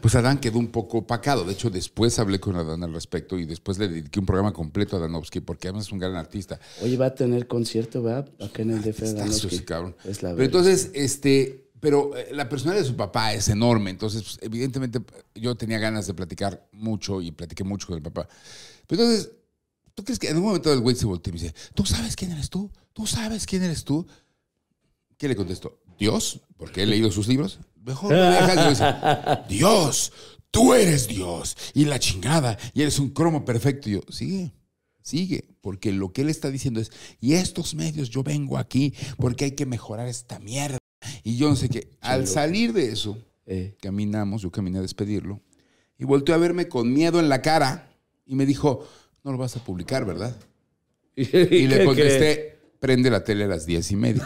[SPEAKER 1] Pues Adán quedó un poco opacado. De hecho, después hablé con Adán al respecto y después le dediqué un programa completo a Danovsky, porque además es un gran artista.
[SPEAKER 2] Oye, va a tener concierto, ¿verdad? Acá en el DF.
[SPEAKER 1] Ah, Está
[SPEAKER 2] Adamowski.
[SPEAKER 1] sucio, cabrón.
[SPEAKER 2] Es la
[SPEAKER 1] pero
[SPEAKER 2] verga.
[SPEAKER 1] entonces, este, pero eh, la personalidad de su papá es enorme. Entonces, pues, evidentemente, yo tenía ganas de platicar mucho y platiqué mucho con el papá. Pero entonces, ¿tú crees que en algún momento el güey se volteó y me dice, ¿tú sabes quién eres tú? ¿Tú sabes quién eres tú? ¿Qué le contesto? ¿Dios? Porque he leído sus libros. Mejor me dejas. Y me dice, Dios, tú eres Dios. Y la chingada, y eres un cromo perfecto. Y yo, sigue, sigue. Porque lo que él está diciendo es, y estos medios, yo vengo aquí porque hay que mejorar esta mierda. Y yo no sé qué. Al salir de eso,
[SPEAKER 2] Eh,
[SPEAKER 1] caminamos, yo caminé a despedirlo. Y volteó a verme con miedo en la cara. Y me dijo, no lo vas a publicar, ¿verdad? Y
[SPEAKER 2] ¿qué
[SPEAKER 1] le
[SPEAKER 2] crees?
[SPEAKER 1] contesté, prende la tele a las diez y media.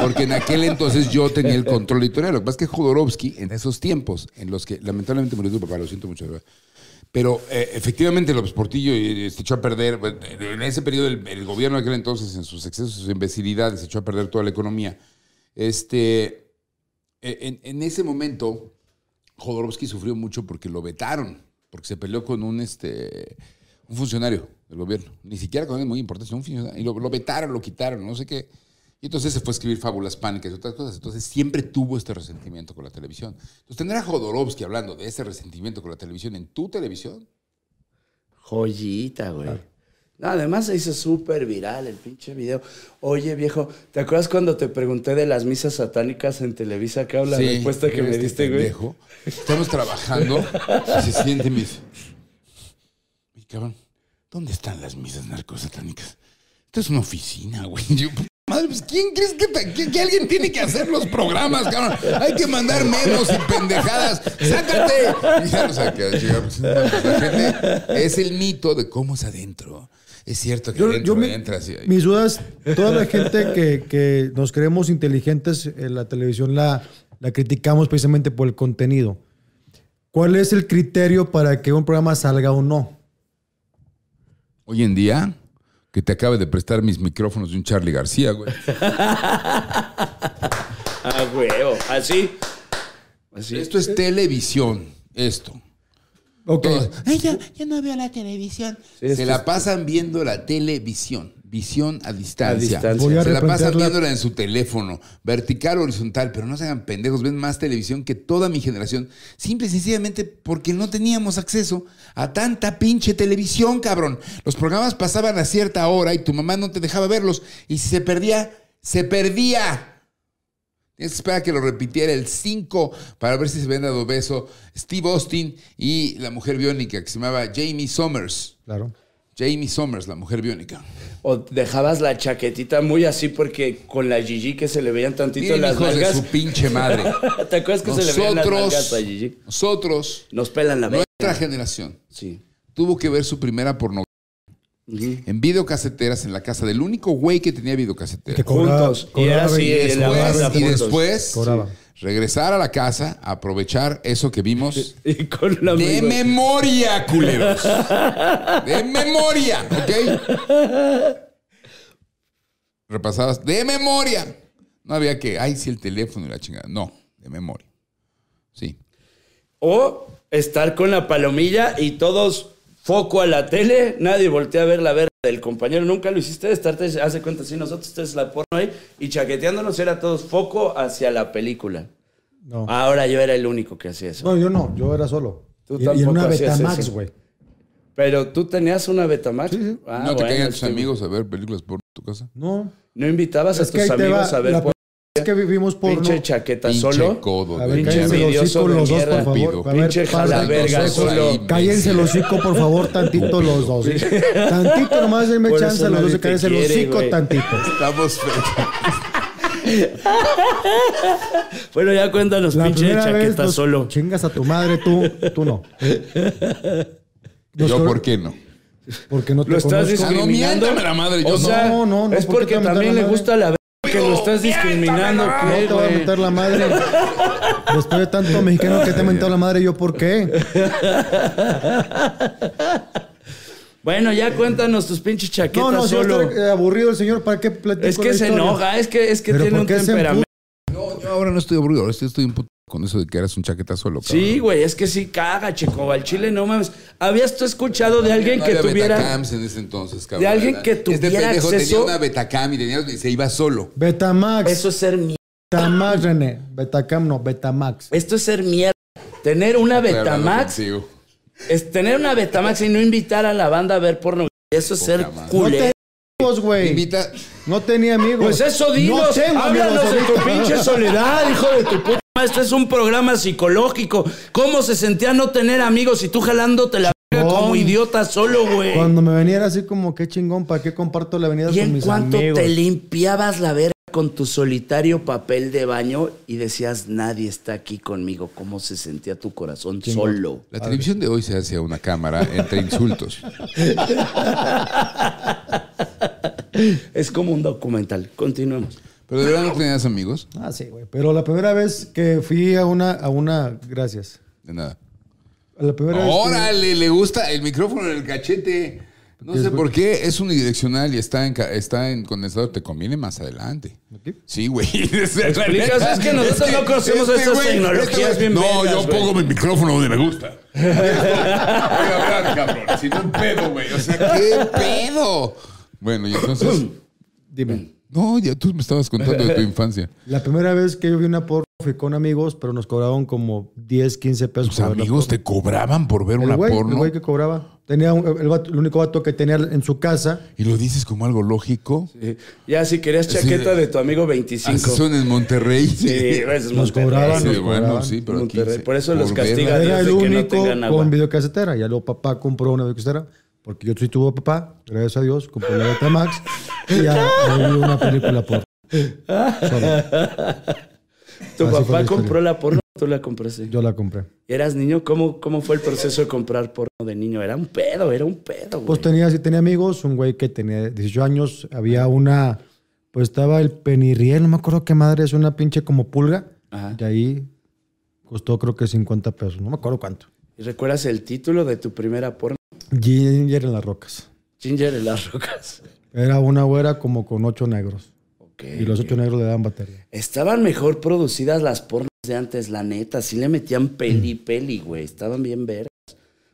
[SPEAKER 1] Porque en aquel entonces yo tenía el control editorial. Lo que pasa es que Jodorowsky, en esos tiempos, en los que lamentablemente murió tu papá, lo siento mucho, de verdad. Pero eh, efectivamente López Portillo eh, se echó a perder, bueno, en ese periodo el, el gobierno de aquel entonces, en sus excesos, sus imbecilidades, se echó a perder toda la economía. Este, eh, en, en ese momento, Jodorowsky sufrió mucho porque lo vetaron, porque se peleó con un, este, un funcionario del gobierno. Ni siquiera con él muy importante, sino un funcionario. Y lo, lo vetaron, lo quitaron, no sé qué. Y entonces se fue a escribir fábulas pánicas y otras cosas. Entonces siempre tuvo este resentimiento con la televisión. Entonces tener a Jodorowsky hablando de ese resentimiento con la televisión en tu televisión.
[SPEAKER 2] Joyita, güey.
[SPEAKER 1] Ah.
[SPEAKER 2] No, además se hizo súper viral el pinche video. Oye, viejo, ¿te acuerdas cuando te pregunté de las misas satánicas en Televisa? ¿Qué la
[SPEAKER 1] Sí,
[SPEAKER 2] respuesta que
[SPEAKER 1] este
[SPEAKER 2] me diste, güey?
[SPEAKER 1] pendejo. Estamos trabajando y se siente y me dice, "Oye, cabrón, ¿dónde están las misas narcosatánicas? Esto es una oficina, güey. Yo, "Puta madre, pues, ¿quién crees que, te- que- que alguien tiene que hacer los programas, cabrón? Hay que mandar menos y pendejadas. ¡Sácate! Y ya lo saqué, chica, pues, no, pues, la gente- es el mito de cómo es adentro. Es cierto que
[SPEAKER 3] Yo-
[SPEAKER 1] adentro
[SPEAKER 3] yo me-
[SPEAKER 1] entras y-
[SPEAKER 3] Mis dudas, toda la gente que, que nos creemos inteligentes en la televisión la, la criticamos precisamente por el contenido. ¿Cuál es el criterio para que un programa salga o no?
[SPEAKER 1] Hoy en día, que te acabe de prestar mis micrófonos de un Charlie García, güey.
[SPEAKER 2] Ah, huevo. Así. Así.
[SPEAKER 1] Esto es televisión, esto.
[SPEAKER 3] Ok.
[SPEAKER 1] Todos, "Ay, ya, ya no veo la televisión.
[SPEAKER 2] Sí,
[SPEAKER 1] Se
[SPEAKER 2] esto
[SPEAKER 1] la
[SPEAKER 2] es-
[SPEAKER 1] pasan viendo la televisión. Visión a distancia.
[SPEAKER 2] A distancia. Voy
[SPEAKER 3] a
[SPEAKER 1] se la pasan
[SPEAKER 3] replantear la-
[SPEAKER 1] viéndola en su teléfono, vertical, horizontal, pero no se hagan pendejos, ven más televisión que toda mi generación. Simple y sencillamente porque no teníamos acceso a tanta pinche televisión, cabrón. Los programas pasaban a cierta hora y tu mamá no te dejaba verlos. Y si se perdía, se perdía. Tienes que esperar a que lo repitiera el 5 para ver si se habían dado beso Steve Austin y la mujer biónica que se llamaba Jamie Summers.
[SPEAKER 3] Claro.
[SPEAKER 1] Jamie Summers, la mujer biónica.
[SPEAKER 2] O dejabas la chaquetita muy así porque con la Gigi que se le veían tantito
[SPEAKER 1] Miren,
[SPEAKER 2] las
[SPEAKER 1] hijos de
[SPEAKER 2] nalgas.
[SPEAKER 1] su pinche madre.
[SPEAKER 2] ¿Te acuerdas que se le veían las nalgas a
[SPEAKER 1] Nosotros,
[SPEAKER 2] Gigi?
[SPEAKER 1] nosotros,
[SPEAKER 2] Nos pelan la verga.
[SPEAKER 1] nuestra generación,
[SPEAKER 2] Sí.
[SPEAKER 1] tuvo que ver su primera porno
[SPEAKER 2] Ujú.
[SPEAKER 1] en videocaseteras en la casa del único güey que tenía videocasetera.
[SPEAKER 3] Que cobraba-
[SPEAKER 2] Juntos. Y
[SPEAKER 3] cobraba
[SPEAKER 2] era así,
[SPEAKER 1] Y
[SPEAKER 3] 20,
[SPEAKER 2] la banda
[SPEAKER 1] después, y
[SPEAKER 2] juntos.
[SPEAKER 1] después
[SPEAKER 3] Cobraba.
[SPEAKER 1] regresar a la casa, aprovechar eso que vimos
[SPEAKER 2] Y con la
[SPEAKER 1] De
[SPEAKER 2] misma-
[SPEAKER 1] memoria, culeros. De memoria, ¿ok? Repasabas. De memoria. No había que, ay, sí, el teléfono y la chingada. No, de memoria. Sí.
[SPEAKER 2] O estar con la palomilla y todos foco a la tele, nadie voltea a ver la verga del compañero. Nunca lo hiciste, estarte, hace cuenta, sí, nosotros, ustedes la porno ahí, y chaqueteándonos era todos foco hacia la película.
[SPEAKER 3] No.
[SPEAKER 2] Ahora yo era el único que hacía eso.
[SPEAKER 3] No, yo no, yo era solo.
[SPEAKER 2] Tú
[SPEAKER 3] y, y en
[SPEAKER 2] tampoco
[SPEAKER 3] una
[SPEAKER 2] hacías
[SPEAKER 3] Betamax,
[SPEAKER 2] eso.
[SPEAKER 3] güey.
[SPEAKER 2] Pero tú tenías una Betamax.
[SPEAKER 3] Sí, sí.
[SPEAKER 2] Ah,
[SPEAKER 1] no te
[SPEAKER 2] bueno,
[SPEAKER 1] caigan tus
[SPEAKER 2] sí.
[SPEAKER 1] amigos a ver películas por tu casa.
[SPEAKER 3] No.
[SPEAKER 2] No invitabas
[SPEAKER 3] Es
[SPEAKER 2] a
[SPEAKER 3] que ahí
[SPEAKER 2] tus
[SPEAKER 3] te va.
[SPEAKER 2] amigos a ver
[SPEAKER 3] la
[SPEAKER 2] por
[SPEAKER 3] es que vivimos por
[SPEAKER 2] pinche chaqueta
[SPEAKER 1] Pinche
[SPEAKER 2] solo.
[SPEAKER 1] codo.
[SPEAKER 3] A
[SPEAKER 1] de
[SPEAKER 3] ver,
[SPEAKER 1] mierda.
[SPEAKER 2] Pinche
[SPEAKER 3] cállense
[SPEAKER 2] envidioso
[SPEAKER 3] los hocico
[SPEAKER 2] de
[SPEAKER 3] los dos,
[SPEAKER 2] mierda.
[SPEAKER 3] por favor.
[SPEAKER 1] Estúpido.
[SPEAKER 3] A ver,
[SPEAKER 2] Pinche
[SPEAKER 3] par de
[SPEAKER 2] jalaverga
[SPEAKER 3] consejos
[SPEAKER 2] solo.
[SPEAKER 3] ahí. Cállense el hocico, por favor, tantito los dos. Tantito, nomás denme
[SPEAKER 2] Por
[SPEAKER 3] chance
[SPEAKER 2] eso
[SPEAKER 3] a los dos
[SPEAKER 2] nadie
[SPEAKER 3] de
[SPEAKER 2] te
[SPEAKER 3] cállense el
[SPEAKER 2] quiere,
[SPEAKER 3] hocico,
[SPEAKER 2] güey.
[SPEAKER 3] tantito.
[SPEAKER 1] Estamos fe-
[SPEAKER 2] Bueno, ya cuéntanos,
[SPEAKER 3] La
[SPEAKER 2] pinche
[SPEAKER 3] primera vez
[SPEAKER 2] chaqueta
[SPEAKER 3] los
[SPEAKER 2] solo.
[SPEAKER 3] Chingas a tu madre, tú, tú no. Los
[SPEAKER 1] Yo,
[SPEAKER 3] cor-
[SPEAKER 1] ¿por qué no?
[SPEAKER 3] Porque no te
[SPEAKER 2] Lo estás
[SPEAKER 1] Ah,
[SPEAKER 3] conozco.
[SPEAKER 1] no,
[SPEAKER 2] discriminando.
[SPEAKER 1] miéntame la madre, yo
[SPEAKER 2] o
[SPEAKER 1] no.
[SPEAKER 2] sea,
[SPEAKER 3] No, no, no,
[SPEAKER 2] es
[SPEAKER 3] ¿por
[SPEAKER 2] porque
[SPEAKER 3] qué te va a meter
[SPEAKER 2] también
[SPEAKER 3] la
[SPEAKER 2] le
[SPEAKER 3] madre?
[SPEAKER 2] gusta la verga que lo estás discriminando.
[SPEAKER 3] No
[SPEAKER 2] ¿qué,
[SPEAKER 3] te voy a
[SPEAKER 2] güey?
[SPEAKER 3] meter la madre. Después de tanto mexicano que te he mentado la madre, yo por qué.
[SPEAKER 2] Bueno, ya cuéntanos tus pinches
[SPEAKER 3] No,
[SPEAKER 2] chaquetas
[SPEAKER 3] no, si va a
[SPEAKER 2] solo.
[SPEAKER 3] estar, eh, aburrido el señor, ¿para qué platico
[SPEAKER 2] Es que
[SPEAKER 3] la
[SPEAKER 2] se
[SPEAKER 3] historia?
[SPEAKER 2] enoja, es que, es que
[SPEAKER 3] Pero
[SPEAKER 2] tiene
[SPEAKER 3] ¿por
[SPEAKER 2] un
[SPEAKER 3] qué se
[SPEAKER 2] temperamento.
[SPEAKER 1] No, yo ahora no estoy aburrido, ahora estoy, estoy un puto con eso de que eras un chaqueta solo.
[SPEAKER 2] Sí, güey, es que sí caga, Checo. Al chile no mames. ¿Habías tú escuchado de alguien
[SPEAKER 1] No
[SPEAKER 2] que
[SPEAKER 1] había
[SPEAKER 2] tuviera...
[SPEAKER 1] Betacams en ese entonces, cabrón.
[SPEAKER 2] De alguien que tuviera
[SPEAKER 1] Este pendejo
[SPEAKER 2] acceso-
[SPEAKER 1] tenía una Betacam y, tenía, y se iba solo.
[SPEAKER 3] Betamax.
[SPEAKER 2] Eso es ser mierda.
[SPEAKER 3] Betamax, René. Betacam no, Betamax.
[SPEAKER 2] Esto es ser mierda. Tener una
[SPEAKER 1] Estoy hablando
[SPEAKER 2] Betamax
[SPEAKER 1] contigo. es
[SPEAKER 2] es tener una Betamax y no invitar a la banda a ver porno. Eso es
[SPEAKER 1] Poca
[SPEAKER 2] ser
[SPEAKER 1] madre.
[SPEAKER 3] No
[SPEAKER 2] culero.
[SPEAKER 3] tenía amigos, güey.
[SPEAKER 1] Invita.
[SPEAKER 3] No tenía amigos.
[SPEAKER 2] Pues eso
[SPEAKER 3] No
[SPEAKER 2] dinos,
[SPEAKER 3] tengo
[SPEAKER 2] háblanos
[SPEAKER 3] amigos
[SPEAKER 2] de tu
[SPEAKER 3] ahorita.
[SPEAKER 2] pinche soledad, hijo de tu puta. madre. Esto es un programa psicológico. ¿Cómo se sentía no tener amigos y tú jalándote la verga
[SPEAKER 3] Chingón.
[SPEAKER 2] como idiota solo, güey?
[SPEAKER 3] Cuando me venía era así como, qué chingón, ¿para qué comparto la avenida
[SPEAKER 2] ¿Y
[SPEAKER 3] con
[SPEAKER 2] en
[SPEAKER 3] mis
[SPEAKER 2] cuanto
[SPEAKER 3] amigos?
[SPEAKER 2] te limpiabas la verga con tu solitario papel de baño y decías, nadie está aquí conmigo? ¿Cómo se sentía tu corazón solo?
[SPEAKER 1] La televisión de hoy se hace a una cámara entre insultos.
[SPEAKER 2] Es como un documental. Continuemos.
[SPEAKER 1] Pero de verdad no tenías amigos.
[SPEAKER 3] Ah, sí, güey. Pero la primera vez que fui a una, a una, gracias.
[SPEAKER 1] De nada.
[SPEAKER 3] A La primera vez que-
[SPEAKER 1] Órale, le gusta el micrófono en el cachete. No sé por qué, es unidireccional y está en, ca- está en condensador. Te conviene más adelante.
[SPEAKER 3] ¿Aquí?
[SPEAKER 1] Sí, güey. explicas?
[SPEAKER 2] Pues, Es que nosotros no conocemos
[SPEAKER 1] Este
[SPEAKER 2] estas tecnologías bien
[SPEAKER 1] No,
[SPEAKER 2] vergas,
[SPEAKER 1] yo
[SPEAKER 2] güey.
[SPEAKER 1] pongo mi micrófono donde me gusta. Voy a hablar, cabrón. Si no, un pedo, güey. O sea, ¿qué pedo? Bueno, y entonces...
[SPEAKER 3] Dime.
[SPEAKER 1] No, ya tú me estabas contando de tu infancia.
[SPEAKER 3] La primera vez que yo vi una porno fui con amigos, pero nos cobraban como 10, 15 pesos.
[SPEAKER 1] Tus
[SPEAKER 3] por ver la
[SPEAKER 1] Pues, amigos
[SPEAKER 3] porno.
[SPEAKER 1] te cobraban por ver
[SPEAKER 3] el
[SPEAKER 1] una
[SPEAKER 3] güey, El
[SPEAKER 1] porno.
[SPEAKER 3] güey que cobraba. Tenía un- el, vato- el único vato que tenía en su casa.
[SPEAKER 1] Y lo dices como algo lógico.
[SPEAKER 2] Ya, si querías chaqueta
[SPEAKER 1] Sí.
[SPEAKER 2] de tu amigo
[SPEAKER 1] Así
[SPEAKER 2] 25.
[SPEAKER 1] son en Monterrey.
[SPEAKER 2] Sí, gracias,
[SPEAKER 3] Ah, Nos
[SPEAKER 2] Monterrey.
[SPEAKER 3] cobraban,
[SPEAKER 1] Sí,
[SPEAKER 3] nos
[SPEAKER 1] bueno,
[SPEAKER 3] cobraban.
[SPEAKER 1] sí, pero aquí
[SPEAKER 2] Monterrey.
[SPEAKER 1] se-
[SPEAKER 2] Por eso los
[SPEAKER 1] por verla.
[SPEAKER 2] castiga Dios
[SPEAKER 3] Era el
[SPEAKER 2] de que no
[SPEAKER 3] único
[SPEAKER 2] tengan agua.
[SPEAKER 3] con videocasetera. Ya luego papá compró una videocasetera. Porque yo sí tuve papá, gracias a Dios, compré la de Max. Y ya ahí vi una película por. Sorry,
[SPEAKER 2] Tu
[SPEAKER 3] Así fue la
[SPEAKER 2] papá
[SPEAKER 3] historia.
[SPEAKER 2] compró la porno, tú la compraste.
[SPEAKER 3] yo la compré.
[SPEAKER 2] ¿Eras niño? ¿Cómo, ¿Cómo fue el proceso de comprar porno de niño? Era un pedo, era un pedo, güey.
[SPEAKER 3] Pues tenía, sí tenía amigos, un güey que tenía 18 años, había una, pues estaba el penirriel, no me acuerdo qué madre, es una pinche como pulga,
[SPEAKER 2] Ajá.
[SPEAKER 3] y ahí costó creo que 50 pesos, no me acuerdo cuánto.
[SPEAKER 2] ¿Y recuerdas el título de tu primera porno?
[SPEAKER 3] Ginger en las rocas.
[SPEAKER 2] Ginger en las rocas.
[SPEAKER 3] Era una güera como con ocho negros,
[SPEAKER 2] Ok.
[SPEAKER 3] y los
[SPEAKER 1] Eh.
[SPEAKER 3] ocho negros le daban batería.
[SPEAKER 2] Estaban mejor producidas las pornos de antes, la neta. Sí le metían peli, peli, güey. Estaban bien vergas.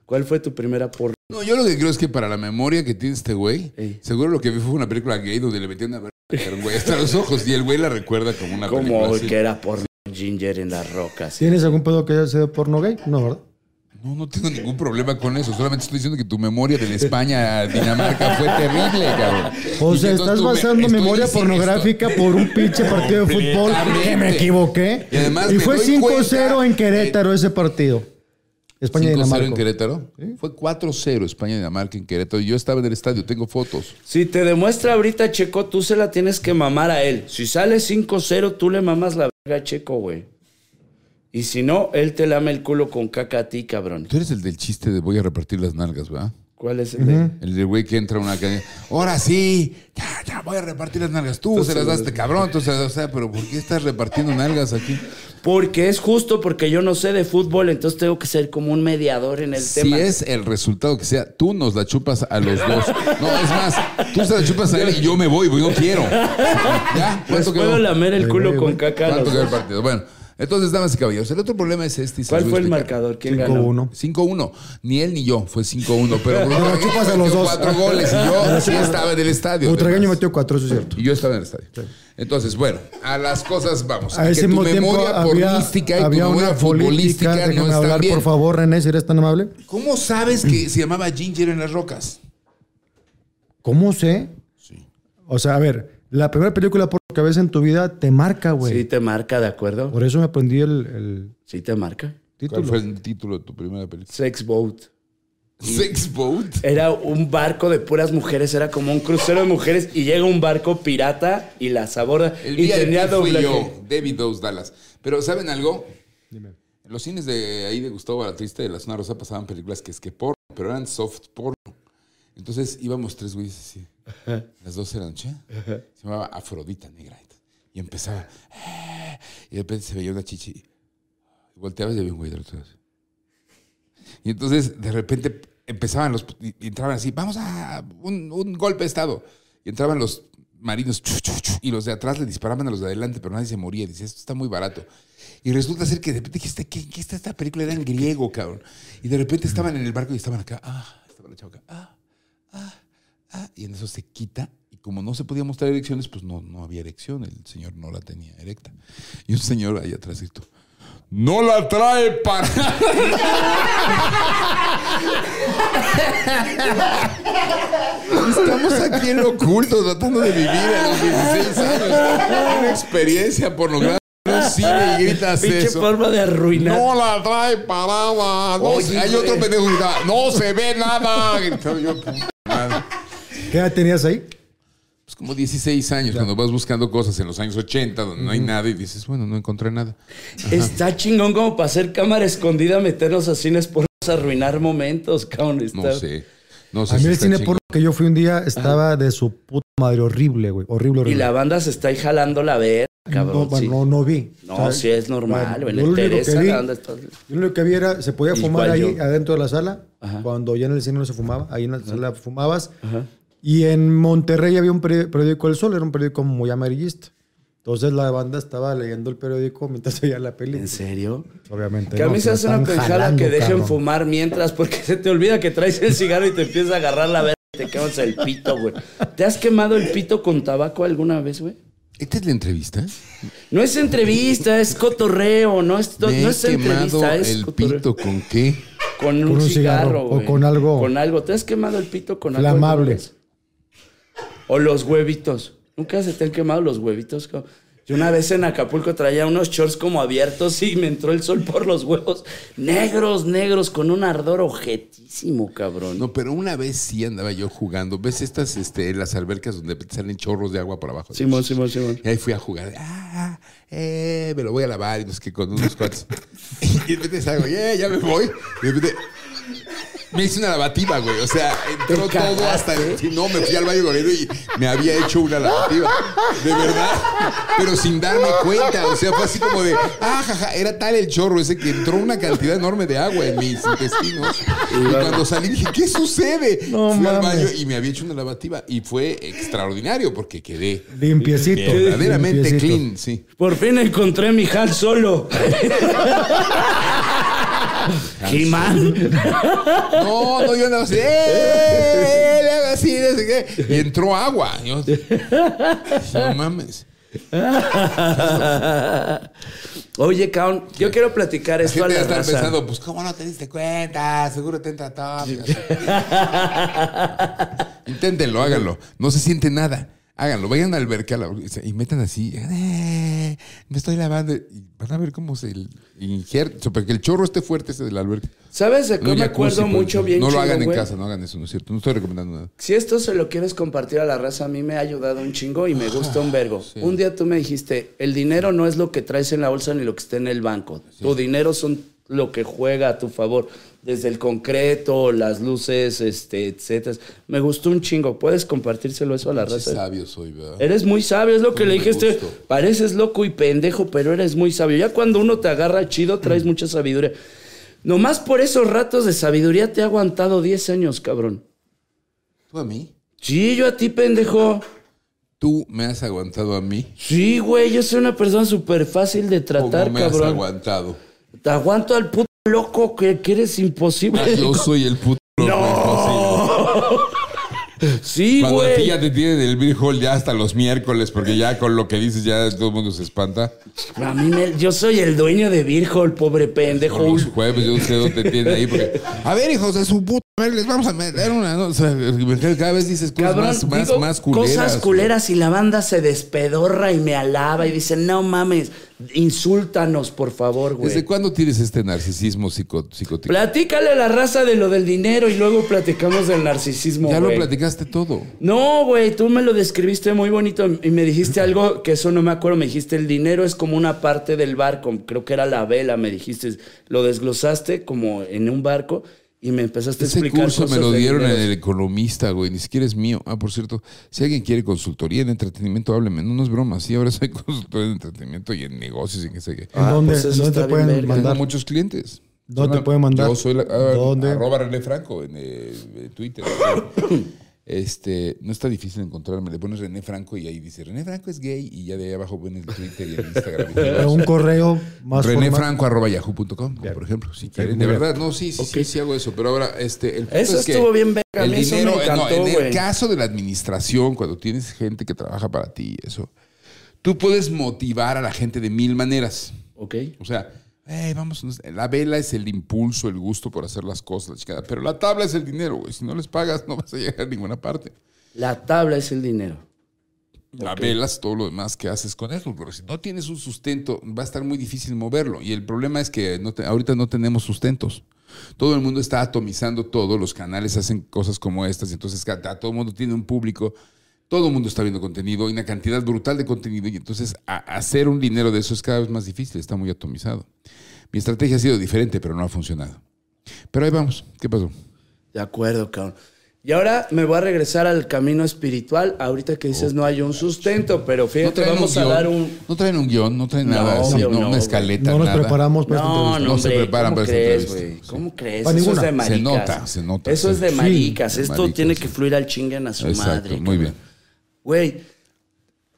[SPEAKER 2] ¿Cuál fue tu primera porno?
[SPEAKER 1] No, yo lo que creo es que para la memoria que tiene este güey,
[SPEAKER 2] Ey.
[SPEAKER 1] seguro lo que vi fue una película gay donde le metían una verga a un güey hasta los ojos y el güey la recuerda como una película
[SPEAKER 2] Como
[SPEAKER 1] así.
[SPEAKER 2] que era porno Ginger en las rocas.
[SPEAKER 3] ¿Tienes algún pedo que haya sido porno gay? No, ¿verdad?
[SPEAKER 1] No, no tengo ningún problema con eso. Solamente estoy diciendo que tu memoria de España a Dinamarca fue terrible, cabrón.
[SPEAKER 3] O
[SPEAKER 1] Y que
[SPEAKER 3] sea,
[SPEAKER 1] entonces
[SPEAKER 3] estás
[SPEAKER 1] tú me-
[SPEAKER 3] basando
[SPEAKER 1] estoy diciendo
[SPEAKER 3] memoria
[SPEAKER 1] esto.
[SPEAKER 3] pornográfica por un pinche partido de fútbol
[SPEAKER 1] Completamente.
[SPEAKER 3] que me equivoqué.
[SPEAKER 1] Y además
[SPEAKER 3] Y,
[SPEAKER 1] me
[SPEAKER 3] fue
[SPEAKER 1] doy
[SPEAKER 3] 5-0
[SPEAKER 1] cuenta
[SPEAKER 3] en Querétaro ese partido. España
[SPEAKER 1] 5-0 en
[SPEAKER 3] y Dinamarca.
[SPEAKER 1] Querétaro. Fue 4-0 España-Dinamarca en Querétaro. Yo estaba en el estadio, tengo fotos.
[SPEAKER 2] Si te demuestra ahorita, Checo, tú se la tienes que mamar a él. Si sale 5-0, tú le mamas la verga a Checo, güey. Y si no, él te lame el culo con caca a ti, cabrón.
[SPEAKER 1] Tú eres el del chiste de voy a repartir las nalgas, ¿verdad?
[SPEAKER 2] ¿Cuál es el de...?
[SPEAKER 1] El del güey que entra a una calle. Ahora sí, ya, ya voy a repartir las nalgas. Tú se las das, este cabrón. Tú se las- o sea, pero ¿por qué estás repartiendo nalgas aquí?
[SPEAKER 2] Porque es justo, porque yo no sé de fútbol, entonces tengo que ser como un mediador en el
[SPEAKER 1] Si
[SPEAKER 2] tema.
[SPEAKER 1] es el resultado que sea, tú nos la chupas a los dos. No, es más, tú se la chupas a él y yo me voy, porque no quiero. ¿Ya? ¿Cuánto
[SPEAKER 2] Les Pues puedo
[SPEAKER 1] quedó?
[SPEAKER 2] lamer el
[SPEAKER 3] Ay,
[SPEAKER 2] culo
[SPEAKER 3] güey,
[SPEAKER 2] con
[SPEAKER 3] güey.
[SPEAKER 2] caca. a los
[SPEAKER 1] ¿Cuánto quedó el
[SPEAKER 2] dos.
[SPEAKER 1] partido? Bueno, entonces, damas y caballeros, el otro problema es este. y se
[SPEAKER 2] ¿Cuál
[SPEAKER 1] los
[SPEAKER 2] fue
[SPEAKER 1] voy a
[SPEAKER 2] el
[SPEAKER 1] explicar.
[SPEAKER 2] marcador? ¿Quién ganó?
[SPEAKER 3] 5-1.
[SPEAKER 1] 5-1. Ni él ni yo. Fue 5-1. Pero
[SPEAKER 3] Pero
[SPEAKER 1] Bruno
[SPEAKER 3] chupas a los dos.
[SPEAKER 1] cuatro goles. Y yo sí estaba en el estadio.
[SPEAKER 3] Butragueño
[SPEAKER 1] además.
[SPEAKER 3] metió 4, eso es cierto.
[SPEAKER 1] Y yo estaba en el estadio. Entonces, bueno, a las cosas vamos.
[SPEAKER 3] A ese
[SPEAKER 1] que tu
[SPEAKER 3] mismo tiempo
[SPEAKER 1] memoria
[SPEAKER 3] había,
[SPEAKER 1] pornística y tu
[SPEAKER 3] había
[SPEAKER 1] memoria
[SPEAKER 3] una
[SPEAKER 1] futbolística no
[SPEAKER 3] política. Déjame
[SPEAKER 1] están
[SPEAKER 3] hablar,
[SPEAKER 1] bien.
[SPEAKER 3] por favor, René, si eres tan amable.
[SPEAKER 1] ¿Cómo sabes que se llamaba Ginger en las rocas?
[SPEAKER 3] ¿Cómo sé? O sea, a ver, la primera película por que ves en tu vida te marca,
[SPEAKER 2] Sí
[SPEAKER 3] güey.
[SPEAKER 2] te marca, ¿de acuerdo?
[SPEAKER 3] Por eso me aprendí el, el
[SPEAKER 2] Sí te marca.
[SPEAKER 3] título.
[SPEAKER 1] el título de tu primera película?
[SPEAKER 2] Sex Boat.
[SPEAKER 1] Sex Boat.
[SPEAKER 2] Era un barco de puras mujeres, era como un crucero de mujeres y llega un barco pirata y las aborda.
[SPEAKER 1] El
[SPEAKER 2] y tenía
[SPEAKER 1] VIP fui
[SPEAKER 2] doblaje.
[SPEAKER 1] yo, David Dos Dallas. Pero ¿saben algo?
[SPEAKER 3] Dime.
[SPEAKER 1] En los cines de ahí de Gustavo Baratista de la Zona Rosa pasaban películas que es que porno, pero eran soft porno. Entonces íbamos tres güeyes así. Las dos eran che. Se llamaba Afrodita Negra. Y empezaba. "Ah", Y de repente se veía una chichi. Y volteabas y había un güey de los lados. Y entonces de repente empezaban los. y- y entraban así, vamos a un, un golpe de estado. Y entraban los marinos chu, chu, chu, y los de atrás le disparaban a los de adelante, pero nadie se moría. Dice, esto está muy barato. Y resulta ser que de repente dije, "Este, ¿qué, qué está esta película? Era en griego, cabrón. Y de repente estaban en el barco y estaban acá. Ah, estaban echados acá. Ah, ah, y en eso se quita. Y como no se podía mostrar erecciones, pues no, no había erección. El señor no la tenía erecta. Y un señor ahí atrás gritó, ¡No la trae para Estamos aquí en lo oculto, tratando de vivir a los 16 años una experiencia pornográfica. en un cine y gritas
[SPEAKER 2] Pinche
[SPEAKER 1] eso.
[SPEAKER 2] forma de arruinar.
[SPEAKER 1] No la trae parada. No
[SPEAKER 2] Oye,
[SPEAKER 1] se- hay
[SPEAKER 2] güey.
[SPEAKER 1] otro pendejo que gritaba, no se ve nada. Gritaba yo, puta madre.
[SPEAKER 3] ¿Qué edad tenías ahí?
[SPEAKER 1] Pues como 16 años, cuando vas buscando cosas en los años 80, donde no hay nada, y dices, bueno, no encontré nada.
[SPEAKER 2] Está chingón como para hacer cámara escondida, meternos a cines por arruinar momentos, cabrón.
[SPEAKER 1] No
[SPEAKER 2] está-
[SPEAKER 1] sé. No sé
[SPEAKER 3] A mí
[SPEAKER 1] si
[SPEAKER 3] el
[SPEAKER 1] está Ah.
[SPEAKER 3] cine
[SPEAKER 1] chingón.
[SPEAKER 3] porno que yo fui un día estaba de su puta madre horrible, güey. Horrible,
[SPEAKER 2] Y
[SPEAKER 3] horrible.
[SPEAKER 2] la banda se está ahí jalando la verga,
[SPEAKER 3] no,
[SPEAKER 2] cabrón.
[SPEAKER 3] bueno,
[SPEAKER 2] sí.
[SPEAKER 3] no, no vi.
[SPEAKER 2] No,
[SPEAKER 3] O sea,
[SPEAKER 2] sí es normal,
[SPEAKER 3] bueno,
[SPEAKER 2] güey.
[SPEAKER 3] yo
[SPEAKER 2] le
[SPEAKER 3] lo único
[SPEAKER 2] interesa
[SPEAKER 3] que vi-
[SPEAKER 2] la onda. está-
[SPEAKER 3] Yo lo único que vi era, se podía
[SPEAKER 2] Y
[SPEAKER 3] fumar
[SPEAKER 2] cuál
[SPEAKER 3] ahí
[SPEAKER 2] yo.
[SPEAKER 3] adentro de la sala,
[SPEAKER 2] Ajá.
[SPEAKER 3] cuando ya en el cine no se fumaba, ahí en la sala fumabas.
[SPEAKER 2] Ajá.
[SPEAKER 3] Y en Monterrey había un peri- periódico El Sol, era un periódico muy amarillista. Entonces la banda estaba leyendo el periódico mientras veía la peli.
[SPEAKER 2] ¿En serio?
[SPEAKER 3] Obviamente.
[SPEAKER 2] Que a
[SPEAKER 3] no,
[SPEAKER 2] mí
[SPEAKER 3] se
[SPEAKER 2] se
[SPEAKER 3] la
[SPEAKER 2] hace una
[SPEAKER 3] están
[SPEAKER 2] penjada
[SPEAKER 3] jalando,
[SPEAKER 2] que dejen
[SPEAKER 3] cabrón.
[SPEAKER 2] fumar mientras, porque se te olvida que traes el cigarro y te empieza a agarrar la verga y te quemas el pito, güey. ¿Te has quemado el pito con tabaco alguna vez, güey?
[SPEAKER 1] ¿Esta es la entrevista?
[SPEAKER 2] No es entrevista, es cotorreo, no es, no,
[SPEAKER 1] Me
[SPEAKER 2] no
[SPEAKER 1] he
[SPEAKER 2] es
[SPEAKER 1] quemado
[SPEAKER 2] entrevista, es
[SPEAKER 1] el
[SPEAKER 2] cotorreo.
[SPEAKER 1] pito con qué.
[SPEAKER 2] Con un,
[SPEAKER 3] un
[SPEAKER 2] cigarro,
[SPEAKER 3] cigarro, o
[SPEAKER 2] güey.
[SPEAKER 3] con algo-
[SPEAKER 2] Con algo. ¿Te has quemado el pito con algo?
[SPEAKER 3] Flamable.
[SPEAKER 2] alguna vez? O los huevitos. ¿Nunca se te han quemado los huevitos? cabrón? Yo una vez en Acapulco traía unos shorts como abiertos y me entró el sol por los huevos. Negros, negros, con un ardor ojetísimo, cabrón.
[SPEAKER 1] No, pero una vez sí andaba yo jugando. ¿Ves estas, este, las albercas donde salen chorros de agua para abajo?
[SPEAKER 2] Simón, Simón, Simón.
[SPEAKER 1] Y ahí fui a jugar. Ah, eh, me lo voy a lavar. Y no sé qué, con unos cuates. Y de repente salgo, yeah, ya me voy. Y de repente me hice una lavativa, güey. O sea, entró
[SPEAKER 2] ¿Te
[SPEAKER 1] todo hasta.
[SPEAKER 2] cagaste?
[SPEAKER 1] el- No, me fui al baño corriendo y me había hecho una lavativa. De verdad. Pero sin darme cuenta. O sea, fue así como de, ah, jaja, era tal el chorro ese que entró una cantidad enorme de agua en mis intestinos. Y cuando salí dije, ¿qué sucede?
[SPEAKER 3] No
[SPEAKER 1] fui al
[SPEAKER 3] mames.
[SPEAKER 1] baño y me había hecho una lavativa. Y fue extraordinario porque quedé.
[SPEAKER 3] Limpiecito.
[SPEAKER 1] Verdaderamente
[SPEAKER 3] limpiecito.
[SPEAKER 1] clean, sí.
[SPEAKER 2] Por fin encontré mi Han Solo. He-Man.
[SPEAKER 1] No, no, yo andaba así, ¡eh! Le hago así, no sé qué. Y entró agua. Yo, no mames.
[SPEAKER 2] Oye, cabrón, yo quiero platicar
[SPEAKER 1] La
[SPEAKER 2] esto a
[SPEAKER 1] gente
[SPEAKER 2] la
[SPEAKER 1] ya está
[SPEAKER 2] raza.
[SPEAKER 1] pensando, pues, ¿cómo no te diste cuenta? Seguro te entra todo. Inténtenlo, háganlo. No se siente nada. Háganlo, vayan al alberca la- y metan así, ¡eh! me estoy lavando. Y van a ver cómo se injerta. Porque el chorro esté fuerte ese del alberca.
[SPEAKER 2] ¿Sabes de qué
[SPEAKER 1] No,
[SPEAKER 2] me
[SPEAKER 1] jacuzzi,
[SPEAKER 2] acuerdo
[SPEAKER 1] por
[SPEAKER 2] mucho
[SPEAKER 1] ejemplo.
[SPEAKER 2] bien?
[SPEAKER 1] No lo
[SPEAKER 2] chido,
[SPEAKER 1] hagan en
[SPEAKER 2] güey?
[SPEAKER 1] casa, no hagan eso, no es cierto. No estoy recomendando nada.
[SPEAKER 2] Si esto se lo quieres compartir a la raza, a mí me ha ayudado un chingo y me gusta
[SPEAKER 1] Ah,
[SPEAKER 2] un vergo. Un día tú me dijiste, el dinero no es lo que traes en la bolsa ni lo que está en el banco. Tu dinero son lo que juega a tu favor. Desde el concreto, las luces, este, etcétera. Me gustó un chingo. ¿Puedes compartírselo eso a la
[SPEAKER 1] Qué
[SPEAKER 2] raza?
[SPEAKER 1] sabio soy, ¿verdad?
[SPEAKER 2] Eres muy sabio, es lo que
[SPEAKER 1] Con
[SPEAKER 2] le dije a este.
[SPEAKER 1] gusto.
[SPEAKER 2] Pareces loco y pendejo, pero eres muy sabio. Ya cuando uno te agarra chido, traes
[SPEAKER 1] Mm.
[SPEAKER 2] mucha sabiduría. Nomás por esos ratos de sabiduría te he aguantado 10 años, cabrón.
[SPEAKER 1] ¿Tú a mí?
[SPEAKER 2] Sí, yo a ti, pendejo.
[SPEAKER 1] Tú me has aguantado a mí.
[SPEAKER 2] Sí, güey, yo soy una persona súper fácil de
[SPEAKER 1] ¿Cómo
[SPEAKER 2] tratar,
[SPEAKER 1] me has
[SPEAKER 2] cabrón.
[SPEAKER 1] aguantado?
[SPEAKER 2] Te aguanto al puto loco que, que eres imposible.
[SPEAKER 1] Ah, Yo soy el puto. loco imposible.
[SPEAKER 2] sí,
[SPEAKER 1] Cuando a ti
[SPEAKER 2] güey.
[SPEAKER 1] ya te tienen el beer hall ya hasta los miércoles, porque ya con lo que dices ya todo el mundo se espanta.
[SPEAKER 2] A mí me- yo soy el dueño de Virgo, el pobre pendejo.
[SPEAKER 1] Con los jueves yo no sé dónde te tienen ahí. Porque, a ver, hijos de su puta A ver, les vamos a meter una. ¿no? O sea, cada vez dices cosas
[SPEAKER 2] Cabrón,
[SPEAKER 1] más, más,
[SPEAKER 2] digo
[SPEAKER 1] más culeras.
[SPEAKER 2] cosas
[SPEAKER 1] güey.
[SPEAKER 2] culeras y la banda se despedorra y me alaba y dice, no mames, insúltanos, por favor, güey.
[SPEAKER 1] ¿Desde cuándo tienes este narcisismo psico, psicótico?
[SPEAKER 2] Platícale a la raza de lo del dinero y luego platicamos del narcisismo,
[SPEAKER 1] ya lo
[SPEAKER 2] güey.
[SPEAKER 1] platicaste todo.
[SPEAKER 2] No, güey, tú me lo describiste muy bonito y me dijiste algo que eso no me acuerdo. Me dijiste, el dinero es como una parte del barco. Creo que era la vela, me dijiste. Lo desglosaste como en un barco y me empezaste a
[SPEAKER 1] Ese
[SPEAKER 2] explicar
[SPEAKER 1] curso me
[SPEAKER 2] cosas
[SPEAKER 1] lo
[SPEAKER 2] de
[SPEAKER 1] dieron en
[SPEAKER 2] dinero.
[SPEAKER 1] El Economista, güey. Ni siquiera es mío. Ah, por cierto, si alguien quiere consultoría en entretenimiento, hábleme. No, no es broma. Sí, ahora soy consultor en entretenimiento y en negocios y qué sé qué.
[SPEAKER 3] ¿En
[SPEAKER 2] Ah,
[SPEAKER 3] dónde,
[SPEAKER 2] pues eso
[SPEAKER 3] dónde
[SPEAKER 2] está
[SPEAKER 3] te
[SPEAKER 2] bien
[SPEAKER 3] pueden
[SPEAKER 2] verga.
[SPEAKER 1] Tengo
[SPEAKER 3] mandar?
[SPEAKER 1] muchos clientes.
[SPEAKER 3] ¿Dónde
[SPEAKER 1] Son
[SPEAKER 3] te pueden mandar?
[SPEAKER 1] Yo soy la, ah,
[SPEAKER 3] ¿Dónde?
[SPEAKER 1] arroba René Franco en eh, en Twitter. este, no está difícil encontrarme. Le pones René Franco y ahí dice René Franco es gay y ya de ahí abajo pones Twitter y el Instagram. y todo
[SPEAKER 3] Pero
[SPEAKER 1] eso.
[SPEAKER 3] un correo más
[SPEAKER 1] René
[SPEAKER 3] formal.
[SPEAKER 1] Franco arroba yahoo.com, por ejemplo, si quieren. De
[SPEAKER 3] muy bien.
[SPEAKER 1] verdad, no, sí, sí, sí, sí hago eso. Pero ahora, este, el punto
[SPEAKER 2] Eso
[SPEAKER 1] es que
[SPEAKER 2] estuvo bien verga, a
[SPEAKER 1] El
[SPEAKER 2] mí eso me
[SPEAKER 1] dinero, eh, no,
[SPEAKER 2] encantó,
[SPEAKER 1] en el
[SPEAKER 2] güey.
[SPEAKER 1] caso de la administración, cuando tienes gente que trabaja para ti, y eso, tú puedes motivar a la gente de mil maneras.
[SPEAKER 2] Ok.
[SPEAKER 1] O sea, "Ey, vamos, no sé, la vela es el impulso, el gusto por hacer las cosas, la chingada, Pero la tabla es el dinero, güey. Si no les pagas, no vas a llegar a ninguna parte.
[SPEAKER 2] La tabla es el dinero.
[SPEAKER 1] La vela es todo lo demás que haces con eso, pero si no tienes un sustento, va a estar muy difícil moverlo. Y el problema es que no te- ahorita no tenemos sustentos. Todo el mundo está atomizando todo, los canales hacen cosas como estas, y entonces ca- a todo el mundo tiene un público, todo el mundo está viendo contenido, hay una cantidad brutal de contenido, y entonces a- hacer un dinero de eso es cada vez más difícil, está muy atomizado. Mi estrategia ha sido diferente, pero no ha funcionado. Pero ahí vamos, ¿qué pasó?
[SPEAKER 2] De acuerdo, cabrón. Y ahora me voy a regresar al camino espiritual. Ahorita que dices no hay un sustento, pero fíjate,
[SPEAKER 1] traen
[SPEAKER 2] Eh, vamos
[SPEAKER 1] un
[SPEAKER 2] a
[SPEAKER 1] guión,
[SPEAKER 2] dar un...
[SPEAKER 1] no traen un guión, no traen
[SPEAKER 2] No,
[SPEAKER 1] nada, así,
[SPEAKER 2] obvio
[SPEAKER 1] no,
[SPEAKER 2] no,
[SPEAKER 1] una
[SPEAKER 2] güey.
[SPEAKER 1] escaleta,
[SPEAKER 3] No nos
[SPEAKER 1] nada.
[SPEAKER 3] preparamos para esta
[SPEAKER 2] No,
[SPEAKER 3] pues, entrevista.
[SPEAKER 2] no,
[SPEAKER 1] No se
[SPEAKER 2] hombre,
[SPEAKER 1] preparan
[SPEAKER 2] ¿cómo
[SPEAKER 1] para esta
[SPEAKER 2] crees,
[SPEAKER 1] entrevista,
[SPEAKER 2] güey?
[SPEAKER 1] sí.
[SPEAKER 2] ¿Cómo crees?
[SPEAKER 3] Para
[SPEAKER 2] Eso es
[SPEAKER 3] ninguna.
[SPEAKER 2] de
[SPEAKER 1] Se
[SPEAKER 2] maricas.
[SPEAKER 1] nota, se nota,
[SPEAKER 2] Eso
[SPEAKER 1] sí.
[SPEAKER 2] es de
[SPEAKER 1] Sí,
[SPEAKER 2] maricas. Esto
[SPEAKER 1] maricas,
[SPEAKER 2] tiene
[SPEAKER 1] sí.
[SPEAKER 2] que fluir al chinguen a su madre.
[SPEAKER 1] Exacto, muy
[SPEAKER 2] cabrón.
[SPEAKER 1] bien.
[SPEAKER 2] Güey,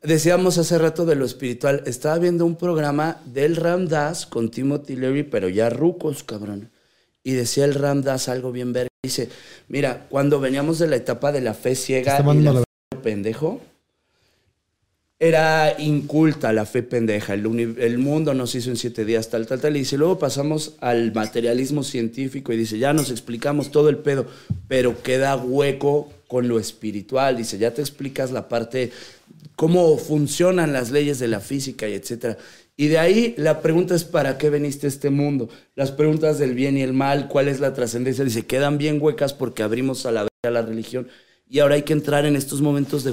[SPEAKER 2] decíamos hace rato de lo espiritual. Estaba viendo un programa del Ramdas con Timothy Leary, pero ya rucos, cabrón. Y decía el Ramdas algo bien verga. Dice, mira, cuando veníamos de la etapa de la fe ciega
[SPEAKER 3] Está
[SPEAKER 2] y
[SPEAKER 3] mandando
[SPEAKER 2] la
[SPEAKER 3] a la
[SPEAKER 2] fe pendejo, era inculta la fe pendeja. El, uni- el mundo nos hizo en siete días, tal, tal, tal. Y dice, luego pasamos al materialismo científico y dice, ya nos explicamos todo el pedo, pero queda hueco con lo espiritual. Dice, ya te explicas la parte, cómo funcionan las leyes de la física y etcétera. Y de ahí la pregunta es, ¿para qué veniste a este mundo? Las preguntas del bien y el mal, ¿cuál es la trascendencia? Dice, quedan bien huecas porque abrimos a la verga la religión. Y ahora hay que entrar en estos momentos de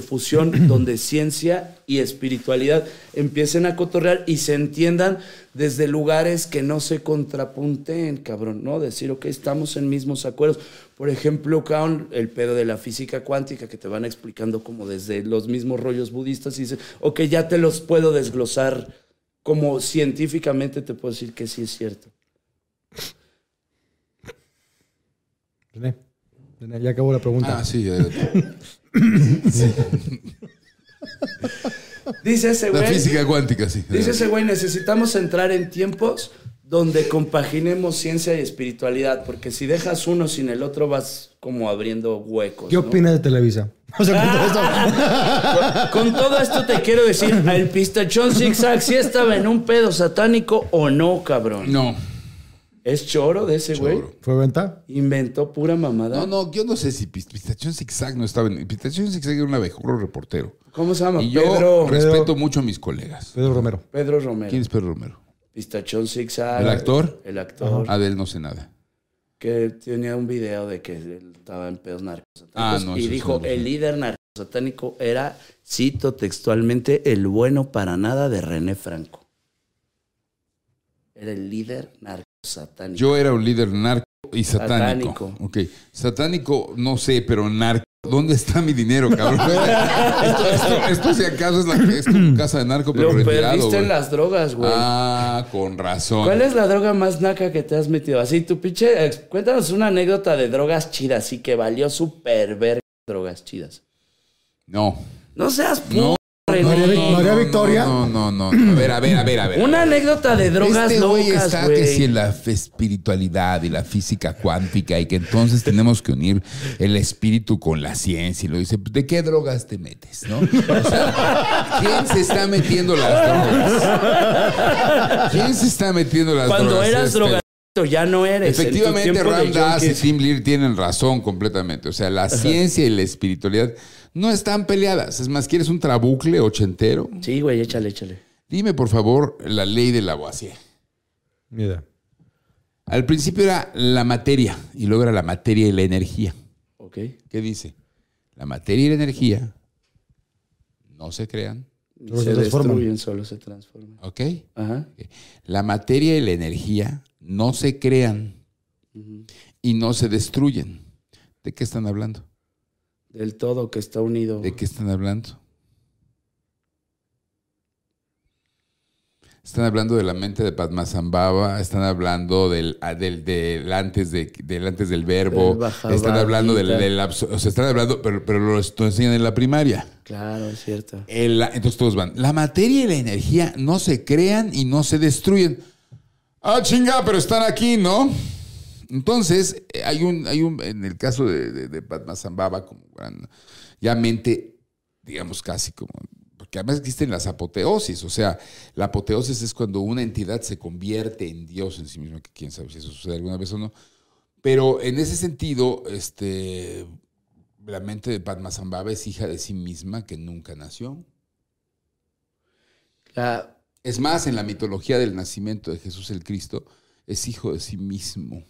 [SPEAKER 2] fusión donde ciencia y espiritualidad empiecen a cotorrear y se entiendan desde lugares que no se contrapunten, cabrón, ¿no? Decir, ok, estamos en mismos acuerdos. Por ejemplo, cabrón, el pedo de la física cuántica que te van explicando como desde los mismos rollos budistas y dices, ok, ya te los puedo desglosar como científicamente te puedo decir que sí es cierto.
[SPEAKER 3] René, René, ya acabó la pregunta.
[SPEAKER 1] Ah, sí, adelante.
[SPEAKER 2] Dice ese
[SPEAKER 1] la
[SPEAKER 2] güey.
[SPEAKER 1] física cuántica, sí.
[SPEAKER 2] Dice ese güey, necesitamos entrar en tiempos donde compaginemos ciencia y espiritualidad, porque si dejas uno sin el otro vas como abriendo huecos.
[SPEAKER 3] ¿Qué
[SPEAKER 2] pues, ¿no?
[SPEAKER 3] opinas de Televisa? O sea, con todo esto-
[SPEAKER 2] Con todo esto te quiero decir, el pistachón zigzag si estaba en un pedo satánico o no, cabrón.
[SPEAKER 1] No.
[SPEAKER 2] Es choro de ese güey.
[SPEAKER 1] Choro.
[SPEAKER 3] ¿Fue venta?
[SPEAKER 2] Inventó pura mamada.
[SPEAKER 1] No, no, yo no sé si Pist- Pistachón Zigzag no estaba en. Pistachón Zigzag era un abejorro reportero.
[SPEAKER 2] ¿Cómo se llama?
[SPEAKER 1] Y yo
[SPEAKER 2] Pedro.
[SPEAKER 1] respeto mucho a mis colegas.
[SPEAKER 3] Pedro Romero.
[SPEAKER 2] Pedro Romero.
[SPEAKER 1] ¿Quién es Pedro Romero?
[SPEAKER 2] Pistachón zigzag.
[SPEAKER 1] ¿El actor?
[SPEAKER 2] El actor.
[SPEAKER 1] Ah, de él no sé nada.
[SPEAKER 2] que tenía un video de que él estaba en pedos narcosatánicos
[SPEAKER 1] Ah, no, eso
[SPEAKER 2] y
[SPEAKER 1] es
[SPEAKER 2] dijo
[SPEAKER 1] una
[SPEAKER 2] el líder narcosatánico era, cito textualmente, el bueno para nada de René Franco. Era el líder narcosatánico.
[SPEAKER 1] Yo era un líder narco y satánico.
[SPEAKER 2] Satánico.
[SPEAKER 1] Ok. Satánico, no sé, pero narco. ¿Dónde está mi dinero, cabrón? esto, esto- esto, si acaso es, la, es como casa de narco, pero
[SPEAKER 2] Lo
[SPEAKER 1] retirado.
[SPEAKER 2] perdiste en
[SPEAKER 1] güey.
[SPEAKER 2] las drogas, güey.
[SPEAKER 1] Ah, con razón.
[SPEAKER 2] ¿Cuál es la droga más naca que te has metido? Así, tu pinche, ex- cuéntanos una anécdota de drogas chidas, así que valió súper ver drogas chidas.
[SPEAKER 1] No.
[SPEAKER 2] No seas
[SPEAKER 1] No,
[SPEAKER 2] puto, René.
[SPEAKER 3] María Vic- María Victoria.
[SPEAKER 1] No, no, no, no. A ver, a ver, a ver, a ver.
[SPEAKER 2] Una anécdota de drogas
[SPEAKER 1] este güey
[SPEAKER 2] locas,
[SPEAKER 1] está
[SPEAKER 2] güey.
[SPEAKER 1] que si en la f- espiritualidad y la física cuántica y que entonces tenemos que unir el espíritu con la ciencia y lo dice, ¿de qué drogas te metes, no? O sea, ¿quién se está metiendo las drogas? ¿Quién se está metiendo las
[SPEAKER 2] Cuando
[SPEAKER 1] drogas?
[SPEAKER 2] eras
[SPEAKER 1] Este,
[SPEAKER 2] drogadicto ya no eres. En tu
[SPEAKER 1] Efectivamente,
[SPEAKER 2] tiempo de
[SPEAKER 1] Ram Dass y
[SPEAKER 2] junkie-
[SPEAKER 1] Tim Lear tienen razón completamente. O sea, la ciencia y la espiritualidad no están peleadas. Es más, ¿quieres un trabucle ochentero?
[SPEAKER 2] Sí, güey, échale, échale.
[SPEAKER 1] Dime, por favor, la ley de Lavoisier.
[SPEAKER 3] Mira.
[SPEAKER 1] Al principio era la materia y luego era la materia y la energía.
[SPEAKER 2] Ok.
[SPEAKER 1] ¿Qué dice? La materia y la energía no se crean,
[SPEAKER 2] Ni
[SPEAKER 3] Solo
[SPEAKER 2] se
[SPEAKER 3] se transforman.
[SPEAKER 2] destruyen, solo se transforman.
[SPEAKER 1] ¿ok?
[SPEAKER 2] Ajá.
[SPEAKER 1] La materia y la energía no se crean
[SPEAKER 2] Ujú.
[SPEAKER 1] y no se destruyen. ¿De qué están hablando?
[SPEAKER 2] Del todo que está unido.
[SPEAKER 1] ¿De qué están hablando? Están hablando de la mente de Padmasambhava, están hablando del, ah, del, del antes, de, del antes del verbo,
[SPEAKER 2] Del Bhagavad
[SPEAKER 1] están hablando del,
[SPEAKER 2] Gita.
[SPEAKER 1] del abs- o sea, están hablando, pero, pero lo, lo enseñan en la primaria.
[SPEAKER 2] Claro, es cierto.
[SPEAKER 1] El- la- entonces todos van, la materia y la energía no se crean y no se destruyen. Ah, chinga, pero están aquí, ¿no? Entonces, eh, hay un, hay un, en el caso de, de, de Padmasambhava, como gran- ya mente, digamos casi como, porque además existen las apoteosis, o sea, la apoteosis es cuando una entidad se convierte en Dios en sí misma, que quién sabe si eso sucede alguna vez o no, pero en ese sentido, este, la mente de Padmasambhava es hija de sí misma que nunca nació.
[SPEAKER 2] La-
[SPEAKER 1] Es más, en la mitología del nacimiento de Jesús el Cristo, es hijo de sí mismo.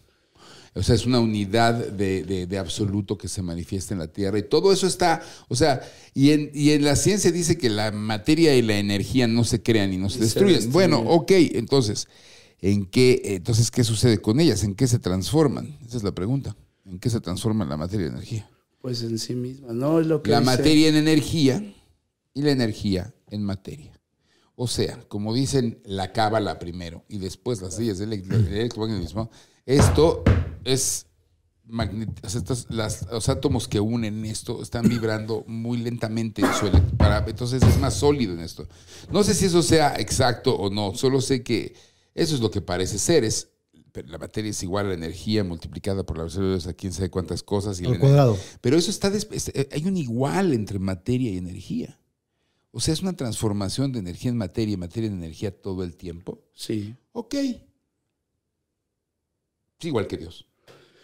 [SPEAKER 1] O sea, es una unidad de, de- de absoluto que se manifiesta en la tierra. Y todo eso está, o sea, y en, y en la ciencia dice que la materia y la energía no se crean y no se
[SPEAKER 2] Y se
[SPEAKER 1] destruyen.
[SPEAKER 2] destruyen.
[SPEAKER 1] bueno, ok, entonces, ¿en qué, entonces, ¿qué sucede con ellas? ¿En qué se transforman? Esa es la pregunta. ¿En qué se transforma la materia y la energía?
[SPEAKER 2] pues en sí misma. No es lo que
[SPEAKER 1] La
[SPEAKER 2] dice-
[SPEAKER 1] materia en energía y la energía en materia. O sea, como dicen la cábala primero y después las leyes del elec- del electromagnetismo, esto es magnet- o sea, estas- las- los átomos que unen esto están vibrando muy lentamente en su elec- para- entonces es más sólido en esto. No sé si eso sea exacto o no, solo sé que eso es lo que parece ser, es pero la materia es igual a la energía multiplicada por la velocidad de quién sabe cuántas cosas y la
[SPEAKER 3] Al
[SPEAKER 1] ener-
[SPEAKER 3] cuadrado.
[SPEAKER 1] pero eso está. des- es- eh, Hay un igual entre materia y energía. O sea, es una transformación de energía en materia y materia en energía todo el tiempo.
[SPEAKER 2] Sí.
[SPEAKER 1] Ok. Es igual que Dios.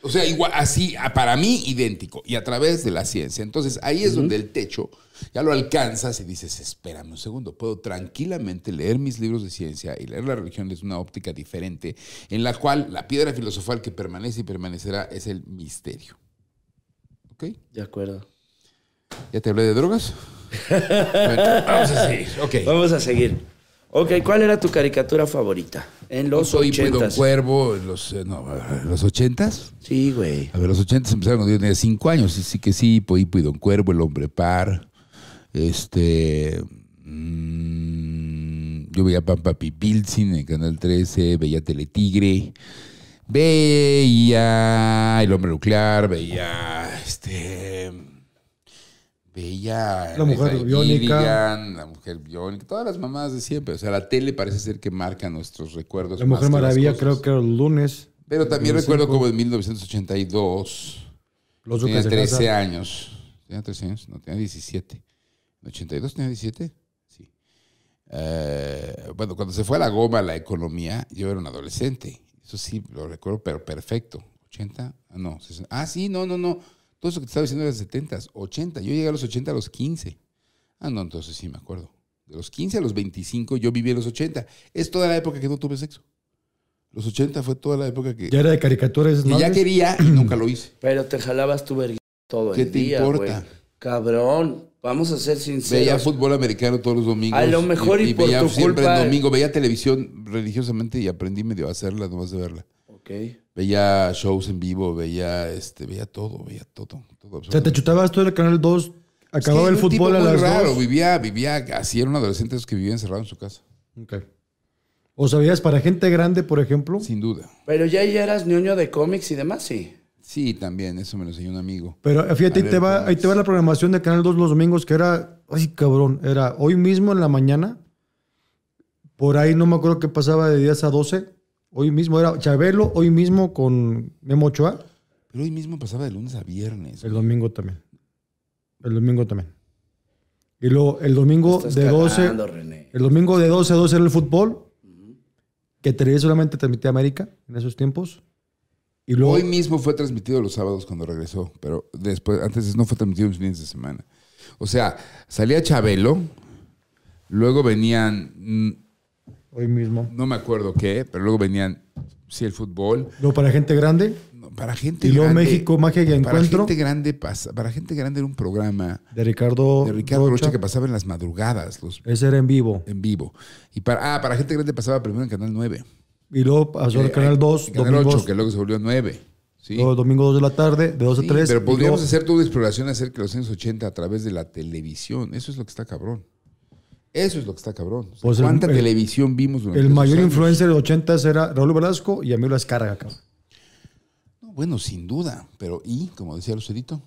[SPEAKER 1] O sea, igual, así, a- para mí, idéntico. Y a través de la ciencia. Entonces, ahí es donde el techo ya lo alcanzas y dices, espérame un segundo, puedo tranquilamente leer mis libros de ciencia y leer la religión desde una óptica diferente, en la cual la piedra filosofal que permanece y permanecerá es el misterio. ¿Ok?
[SPEAKER 2] De acuerdo.
[SPEAKER 1] ¿Ya te hablé de drogas? Bueno, vamos a seguir. Ok.
[SPEAKER 2] Vamos a seguir. Ok, ¿cuál era tu caricatura favorita? En los
[SPEAKER 1] Soy Pedro
[SPEAKER 2] ochentas.
[SPEAKER 1] Cuervo, en los, eh, no, en los ochentas.
[SPEAKER 2] Sí, güey.
[SPEAKER 1] A ver, los 80 empezaron cuando yo tenía 5 años, así que sí, Poipo y Don Cuervo, El Hombre Par, este... mm, yo veía Pampa Pipilzin en Canal 13, veía Teletigre, veía El Hombre Nuclear, veía este... Veía...
[SPEAKER 3] La Mujer
[SPEAKER 1] Ray
[SPEAKER 3] Biónica.
[SPEAKER 1] Gilligan, La Mujer Biónica, todas las mamás de siempre. O sea, la tele parece ser que marca nuestros recuerdos.
[SPEAKER 3] La
[SPEAKER 1] más
[SPEAKER 3] Mujer
[SPEAKER 1] que las
[SPEAKER 3] Maravilla
[SPEAKER 1] cosas.
[SPEAKER 3] creo que era el lunes.
[SPEAKER 1] Pero también
[SPEAKER 3] 2005.
[SPEAKER 1] recuerdo como en 1982...
[SPEAKER 3] Los
[SPEAKER 1] Tenía
[SPEAKER 3] duques de
[SPEAKER 1] 13
[SPEAKER 3] casa.
[SPEAKER 1] años. ¿Tenía 13 años? No, tenía 17. ¿En 82 tenía 17? Sí. Eh, bueno, cuando se fue a la goma la economía, yo era un adolescente. Eso sí, lo recuerdo, pero perfecto. 80, ah, no. 60. Ah, sí, no, no, no. Todo eso que te estaba diciendo era de 70, 80. Yo llegué a los 80 a los 15. Ah, no, entonces sí, me acuerdo. De los 15 a los 25 yo viví en los 80. Es toda la época que no tuve sexo. Los 80 fue toda la época que,
[SPEAKER 3] Ya era de caricaturas.
[SPEAKER 1] que ya quería y nunca lo hice.
[SPEAKER 2] Pero te jalabas tu verga todo
[SPEAKER 1] ¿Qué
[SPEAKER 2] el
[SPEAKER 1] te
[SPEAKER 2] día,
[SPEAKER 1] importa?
[SPEAKER 2] güey. Cabrón, vamos a ser
[SPEAKER 1] Veía
[SPEAKER 2] sinceros.
[SPEAKER 1] fútbol americano todos los domingos.
[SPEAKER 2] A lo mejor y por
[SPEAKER 1] veía
[SPEAKER 2] tu
[SPEAKER 1] siempre
[SPEAKER 2] culpa-
[SPEAKER 1] en domingo. Veía televisión religiosamente y aprendí medio a hacerla, nomás de verla.
[SPEAKER 2] Ok.
[SPEAKER 1] Veía shows en vivo, veía este, veía todo, veía todo. todo
[SPEAKER 3] O sea, te chutabas tú en el canal 2.
[SPEAKER 1] Es que era
[SPEAKER 3] Acababa el
[SPEAKER 1] un tipo
[SPEAKER 3] fútbol a
[SPEAKER 1] muy
[SPEAKER 3] las
[SPEAKER 1] raro,
[SPEAKER 3] 2.
[SPEAKER 1] vivía, vivía, así era un adolescente esos que vivía encerrado en su casa.
[SPEAKER 3] Ok. O sabías para gente grande, por ejemplo.
[SPEAKER 1] Sin duda.
[SPEAKER 2] Pero ya, ya eras niño de cómics y demás, sí.
[SPEAKER 1] Sí, también, eso me lo enseñó un amigo.
[SPEAKER 3] Pero eh,
[SPEAKER 1] A
[SPEAKER 3] fíjate, ahí
[SPEAKER 1] ver,
[SPEAKER 3] te, va,
[SPEAKER 1] ¿cómo
[SPEAKER 3] ahí
[SPEAKER 1] es?
[SPEAKER 3] te va la programación de Canal 2 los domingos, que era, ay cabrón, era hoy mismo en la mañana, por ahí no me acuerdo qué pasaba de 10 a 12, hoy mismo era Chabelo, hoy mismo con Memo Ochoa,
[SPEAKER 1] Pero hoy mismo pasaba de lunes a viernes.
[SPEAKER 3] el domingo también, el domingo también. Y luego el domingo
[SPEAKER 2] Estás
[SPEAKER 3] de 12,
[SPEAKER 2] cagando, René.
[SPEAKER 3] el domingo de 12 a 12 era el fútbol, que Televisa solamente transmitía América en esos tiempos. Y luego,
[SPEAKER 1] Hoy mismo fue transmitido los sábados cuando regresó, pero después, antes no fue transmitido los fines de semana. O sea, salía Chabelo, luego venían, mm,
[SPEAKER 3] hoy mismo.
[SPEAKER 1] no me acuerdo qué, pero luego venían, sí, el fútbol.
[SPEAKER 3] Luego para gente grande,
[SPEAKER 1] No, Para gente
[SPEAKER 3] Y luego
[SPEAKER 1] grande.
[SPEAKER 3] México, Magia y Encuentro.
[SPEAKER 1] Para gente grande pasa, para gente grande era un programa
[SPEAKER 3] de Ricardo,
[SPEAKER 1] de Ricardo Rocha que
[SPEAKER 3] pasó.
[SPEAKER 1] pasaba en las madrugadas, los
[SPEAKER 3] Ese era en vivo.
[SPEAKER 1] en vivo. Y para, ah, para gente grande pasaba primero en Canal 9.
[SPEAKER 3] Y luego pasó al
[SPEAKER 1] Eh,
[SPEAKER 3] Canal 2,
[SPEAKER 1] en Canal
[SPEAKER 3] domingos,
[SPEAKER 1] 8, que luego se volvió 9. Sí.
[SPEAKER 3] luego domingo 2 de la tarde, de 2
[SPEAKER 1] Sí,
[SPEAKER 3] a 3.
[SPEAKER 1] pero
[SPEAKER 3] y
[SPEAKER 1] podríamos
[SPEAKER 3] luego-
[SPEAKER 1] hacer toda una exploración acerca de los años 80 a través de la televisión. Eso es lo que está cabrón. Eso es lo que está cabrón. O sea,
[SPEAKER 3] Pues el-
[SPEAKER 1] ¿Cuánta
[SPEAKER 3] el-
[SPEAKER 1] televisión vimos durante
[SPEAKER 3] El
[SPEAKER 1] esos
[SPEAKER 3] mayor
[SPEAKER 1] años?
[SPEAKER 3] influencer de los 80 era Raúl Velasco y Emilio Escarga, cabrón.
[SPEAKER 1] No, bueno, sin duda. Pero, ¿y? Como decía Lucerito.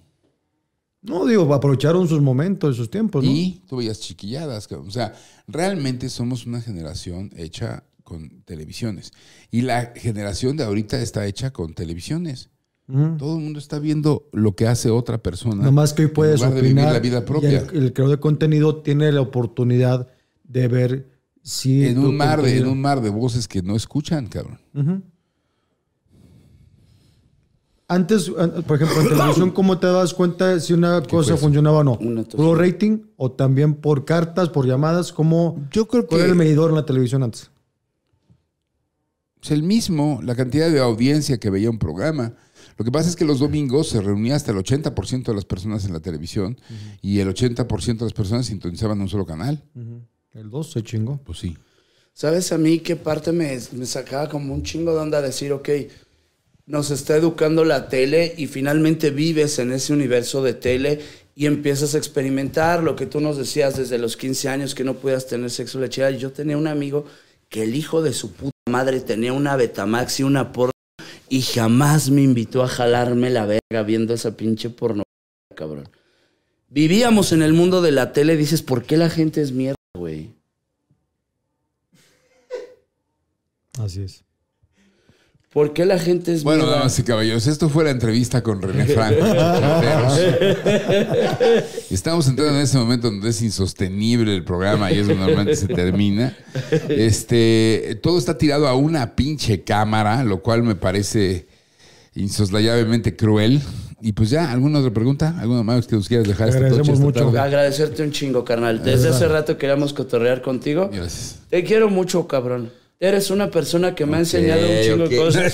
[SPEAKER 3] No, digo, aprovecharon sus momentos, sus tiempos, Pues ¿no?
[SPEAKER 1] Y tú veías chiquilladas. cabrón. O sea, realmente somos una generación hecha con televisiones. Y la generación de ahorita está hecha con televisiones.
[SPEAKER 3] Ujú.
[SPEAKER 1] Todo el mundo está viendo lo que hace otra persona.
[SPEAKER 3] Nada más que hoy puedes
[SPEAKER 1] en lugar de
[SPEAKER 3] opinar.
[SPEAKER 1] vivir la vida
[SPEAKER 3] y
[SPEAKER 1] propia.
[SPEAKER 3] el, el creador de contenido tiene la oportunidad de ver si.
[SPEAKER 1] en,
[SPEAKER 3] tu
[SPEAKER 1] un mar de, en
[SPEAKER 3] contenido-
[SPEAKER 1] un mar de voces que no escuchan, cabrón.
[SPEAKER 3] Ujú. Antes, an- por ejemplo, en televisión, ¿cómo te das cuenta si una cosa
[SPEAKER 1] eso?
[SPEAKER 3] funcionaba o no?
[SPEAKER 2] Una tos.
[SPEAKER 3] ¿Puro rating o también por cartas, por llamadas? ¿Cómo,
[SPEAKER 1] Yo creo
[SPEAKER 3] ¿Cuál
[SPEAKER 1] que-
[SPEAKER 3] era el medidor en la televisión antes?
[SPEAKER 1] Es el mismo, la cantidad de audiencia que veía un programa. Lo que pasa es que los domingos se reunía hasta el 80% de las personas en la televisión y el 80% de las personas sintonizaban un solo canal.
[SPEAKER 3] El 2 se chingó.
[SPEAKER 1] Pues sí.
[SPEAKER 2] ¿Sabes a mí qué parte me, me sacaba como un chingo de onda decir, ok, nos está educando la tele y finalmente vives en ese universo de tele y empiezas a experimentar lo que tú nos decías desde los 15 años que no podías tener sexo lechera? Yo tenía un amigo que el hijo de su puta madre tenía una Betamax y una porno y jamás me invitó a jalarme la verga viendo esa pinche porno, cabrón. Vivíamos en el mundo de la tele, dices, ¿por qué la gente es mierda, güey?
[SPEAKER 3] Así es.
[SPEAKER 2] ¿Por qué la gente es
[SPEAKER 1] Bueno,
[SPEAKER 2] mierda?
[SPEAKER 1] damas y caballeros, esto fue la entrevista con René Franco. Solteros. Estamos entrando en ese momento donde es insostenible el programa y es donde normalmente se termina. Este, todo está tirado a una pinche cámara, lo cual me parece insoslayablemente cruel. Y pues ya, ¿alguna otra pregunta? ¿Alguna más que nos quieras dejar esta
[SPEAKER 3] Agradecemos
[SPEAKER 1] noche, esta
[SPEAKER 3] mucho.
[SPEAKER 1] tarde?
[SPEAKER 2] Agradecerte un chingo, carnal. Desde hace rato queríamos cotorrear contigo.
[SPEAKER 1] Gracias.
[SPEAKER 2] Te quiero mucho, cabrón. Eres una persona que me ha enseñado un chingo de cosas.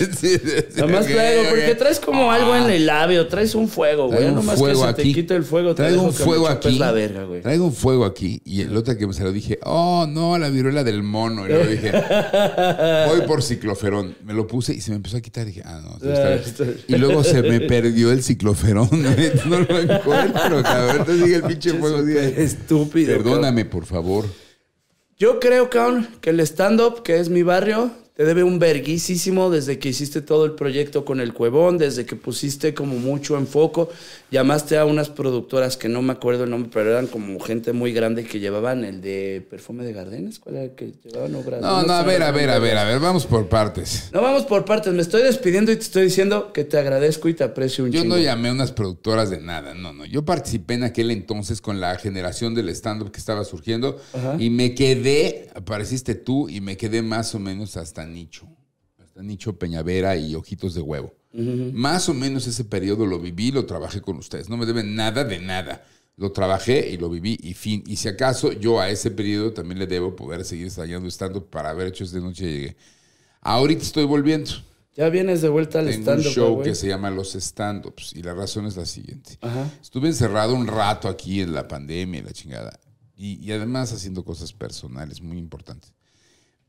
[SPEAKER 2] Nomás traigo, porque traes como algo en el labio, traes un fuego, güey.
[SPEAKER 1] Traigo Ah. un
[SPEAKER 2] Pues Nomás
[SPEAKER 1] fuego
[SPEAKER 2] que se
[SPEAKER 1] aquí.
[SPEAKER 2] te quita el fuego, te
[SPEAKER 1] Traigo
[SPEAKER 2] dejo
[SPEAKER 1] un
[SPEAKER 2] que me
[SPEAKER 1] fuego
[SPEAKER 2] chupes
[SPEAKER 1] aquí.
[SPEAKER 2] la verga, güey.
[SPEAKER 1] Traigo un fuego aquí. Y el otro que me se lo dije, oh, no, la viruela del mono. Y luego dije, voy por cicloferón. Me lo puse y se me empezó a quitar. Y dije, ah, no. está bien".
[SPEAKER 2] está bien.
[SPEAKER 1] Y luego se me perdió el cicloferón. no lo encuentro, cabrón. Entonces dije, el pinche
[SPEAKER 2] Pinche
[SPEAKER 1] fuego. así
[SPEAKER 2] súper
[SPEAKER 1] de,
[SPEAKER 2] estúpido,
[SPEAKER 1] Perdóname, por favor.
[SPEAKER 2] Yo creo, cabrón, que el stand-up, que es mi barrio, te debe un verguísimo desde que hiciste todo el proyecto con el Cuevón, desde que pusiste como mucho en foco. Llamaste a unas productoras que no me acuerdo el nombre, pero eran como gente muy grande que llevaban el de perfume de Gardenes. ¿Cuál era el que llevaban obras?
[SPEAKER 1] No,
[SPEAKER 2] me
[SPEAKER 1] no, a
[SPEAKER 2] acuerdo
[SPEAKER 1] ver, a
[SPEAKER 2] el
[SPEAKER 1] ver, a
[SPEAKER 2] nombre.
[SPEAKER 1] ver, a ver. Vamos por partes.
[SPEAKER 2] No vamos por partes, me estoy despidiendo y te estoy diciendo que te agradezco y te aprecio un
[SPEAKER 1] Yo
[SPEAKER 2] chingo.
[SPEAKER 1] no llamé a unas productoras de nada, no, no. Yo participé en aquel entonces con la generación del stand-up que estaba surgiendo
[SPEAKER 2] Ajá.
[SPEAKER 1] y me quedé, apareciste tú y me quedé más o menos hasta Nicho. Hasta Nicho Peñavera y Ojitos de Huevo. Más o menos ese periodo lo viví, lo trabajé con ustedes. No me deben nada de nada. Lo trabajé y lo viví y fin. Y si acaso yo a ese periodo también le debo poder seguir ensayando stand-up para haber hecho este noche llegué. Ahorita estoy volviendo.
[SPEAKER 2] Ya vienes de vuelta al
[SPEAKER 1] Tengo un
[SPEAKER 2] stand-up,
[SPEAKER 1] show
[SPEAKER 2] güey. Ah.
[SPEAKER 1] que se llama Los Stand-Ups y la razón es la siguiente.
[SPEAKER 2] Ajá.
[SPEAKER 1] Estuve encerrado un rato aquí en la pandemia y la chingada. Y, y además haciendo cosas personales muy importantes.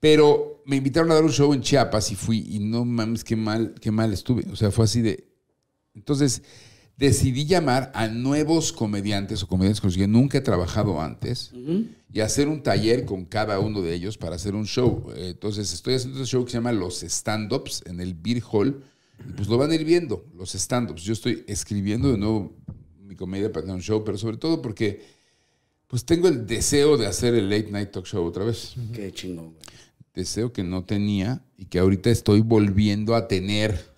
[SPEAKER 1] Pero me invitaron a dar un show en Chiapas y fui y no mames, qué mal, qué mal estuve. O sea, fue así de... Entonces decidí llamar a nuevos comediantes o comediantes con los que nunca he trabajado antes y hacer un taller con cada uno de ellos para hacer un show. Eh, Entonces estoy haciendo un show que se llama Los Stand-Ups en el Beer Hall. Y pues lo van a ir viendo, los stand-ups. Yo estoy escribiendo de nuevo mi comedia para tener un show, pero sobre todo porque pues tengo el deseo de hacer el late night talk show otra vez.
[SPEAKER 2] Qué chingón, güey.
[SPEAKER 1] Deseo que no tenía y que ahorita estoy volviendo a tener.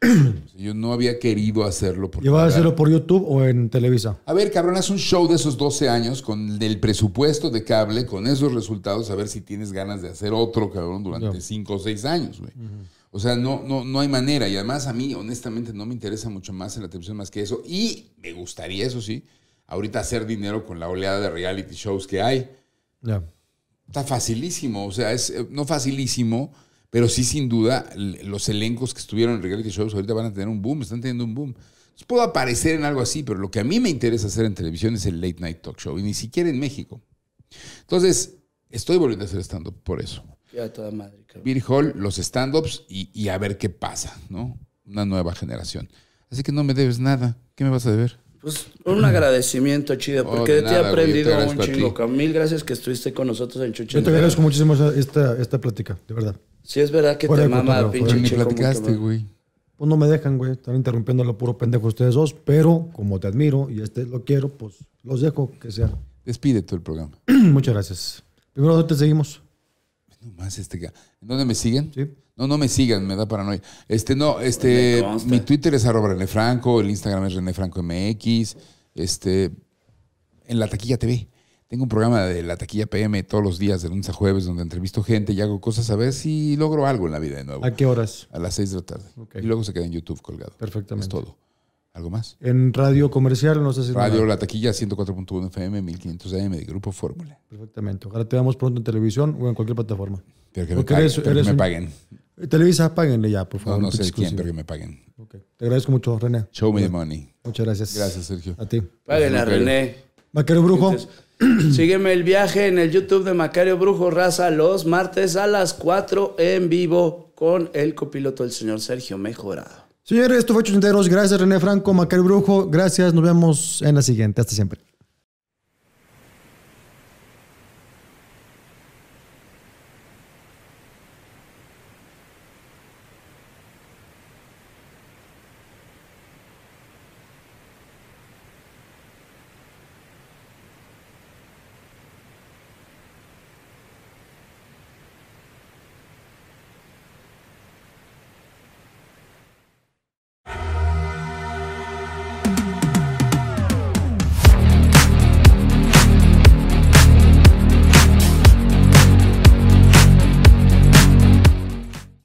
[SPEAKER 1] Yo no había querido hacerlo. porque
[SPEAKER 3] ¿Llevaba a
[SPEAKER 1] la verdad-
[SPEAKER 3] hacerlo por YouTube o en Televisa?
[SPEAKER 1] A ver, cabrón, haz un show de esos 12 años con el presupuesto de cable, con esos resultados, a ver si tienes ganas de hacer otro, cabrón, durante
[SPEAKER 3] Ya.
[SPEAKER 1] 5 o 6 años, güey. O sea, no, no, no hay manera. Y además a mí, honestamente, no me interesa mucho más en la televisión más que eso. Y me gustaría, eso sí, ahorita hacer dinero con la oleada de reality shows que hay.
[SPEAKER 3] Ya.
[SPEAKER 1] Está facilísimo, o sea, es eh, no facilísimo, pero sí sin duda l- los elencos que estuvieron en reality shows ahorita van a tener un boom, están teniendo un boom. Entonces, puedo aparecer en algo así, pero lo que a mí me interesa hacer en televisión es el late night talk show y ni siquiera en México. Entonces, estoy volviendo a hacer stand up por eso.
[SPEAKER 2] Ya toda madre, cabrón.
[SPEAKER 1] Beer Hall, los stand ups y, y a ver qué pasa, ¿no? Una nueva generación. Así que no me debes nada. ¿Qué me vas a deber?
[SPEAKER 2] Pues un agradecimiento, chido,
[SPEAKER 1] Oh,
[SPEAKER 2] porque
[SPEAKER 1] de
[SPEAKER 2] de ti he
[SPEAKER 1] nada, güey, te
[SPEAKER 2] aprendido un
[SPEAKER 1] agradezco a
[SPEAKER 2] chingo.
[SPEAKER 1] ti.
[SPEAKER 2] cabrón. Mil gracias que estuviste con nosotros en Chucho.
[SPEAKER 3] Yo te agradezco muchísimo esa- esta, esta plática, de verdad.
[SPEAKER 2] Sí, es verdad que
[SPEAKER 3] Fuera
[SPEAKER 2] te
[SPEAKER 3] de
[SPEAKER 2] mama,
[SPEAKER 3] cotorreo,
[SPEAKER 1] Pero
[SPEAKER 2] pinche
[SPEAKER 1] ni
[SPEAKER 2] chico.
[SPEAKER 1] platicaste, güey.
[SPEAKER 3] Pues no me dejan, güey. Están interrumpiendo lo puro pendejo ustedes dos, pero como te admiro y este lo quiero, pues los dejo que sea.
[SPEAKER 1] Despide todo el programa.
[SPEAKER 3] Muchas gracias. Primero, ¿dónde te seguimos?
[SPEAKER 1] No más este ga- ¿En dónde me siguen?
[SPEAKER 3] Sí.
[SPEAKER 1] No, no me sigan, me da paranoia. Este, no, este,
[SPEAKER 2] Me consta.
[SPEAKER 1] mi Twitter es arroba René Franco, el Instagram es René Franco MX, este, en La Taquilla TV. Tengo un programa de La Taquilla PM todos los días, de lunes a jueves, donde entrevisto gente y hago cosas a ver si logro algo en la vida de nuevo.
[SPEAKER 3] ¿A qué horas?
[SPEAKER 1] A las 6 de la tarde.
[SPEAKER 3] Ok.
[SPEAKER 1] Y luego se queda en YouTube colgado.
[SPEAKER 3] Perfectamente.
[SPEAKER 1] Es todo. ¿Algo más?
[SPEAKER 3] En radio comercial, no sé si.
[SPEAKER 1] Radio La Taquilla 104.1 FM, 1500 AM de Grupo Fórmula.
[SPEAKER 3] Perfectamente. Ojalá te veamos pronto en televisión o en cualquier plataforma.
[SPEAKER 1] Pero que me,
[SPEAKER 3] Porque
[SPEAKER 1] paguen,
[SPEAKER 3] eres-
[SPEAKER 1] pero que
[SPEAKER 3] eres
[SPEAKER 1] me
[SPEAKER 3] un-
[SPEAKER 1] paguen.
[SPEAKER 3] Eh, Televisa, páguenle ya, por
[SPEAKER 1] No,
[SPEAKER 3] favor.
[SPEAKER 1] no sé
[SPEAKER 3] pinche
[SPEAKER 1] quién, pero
[SPEAKER 3] exclusiva.
[SPEAKER 1] que me paguen.
[SPEAKER 3] Ok. Te agradezco mucho, René.
[SPEAKER 1] Show me the money.
[SPEAKER 3] Muchas gracias.
[SPEAKER 1] Gracias, Sergio.
[SPEAKER 3] A ti.
[SPEAKER 2] Páguenle a René.
[SPEAKER 3] Vaquero Brujo.
[SPEAKER 2] Sígueme el viaje en el YouTube de Macario Brujo Raza los martes a las 4 en vivo con el copiloto el señor Sergio Mejorado.
[SPEAKER 3] Señores, esto fue Hechos Enteros. Gracias, René Franco, Macario Brujo. Gracias. Nos vemos en la siguiente. Hasta siempre.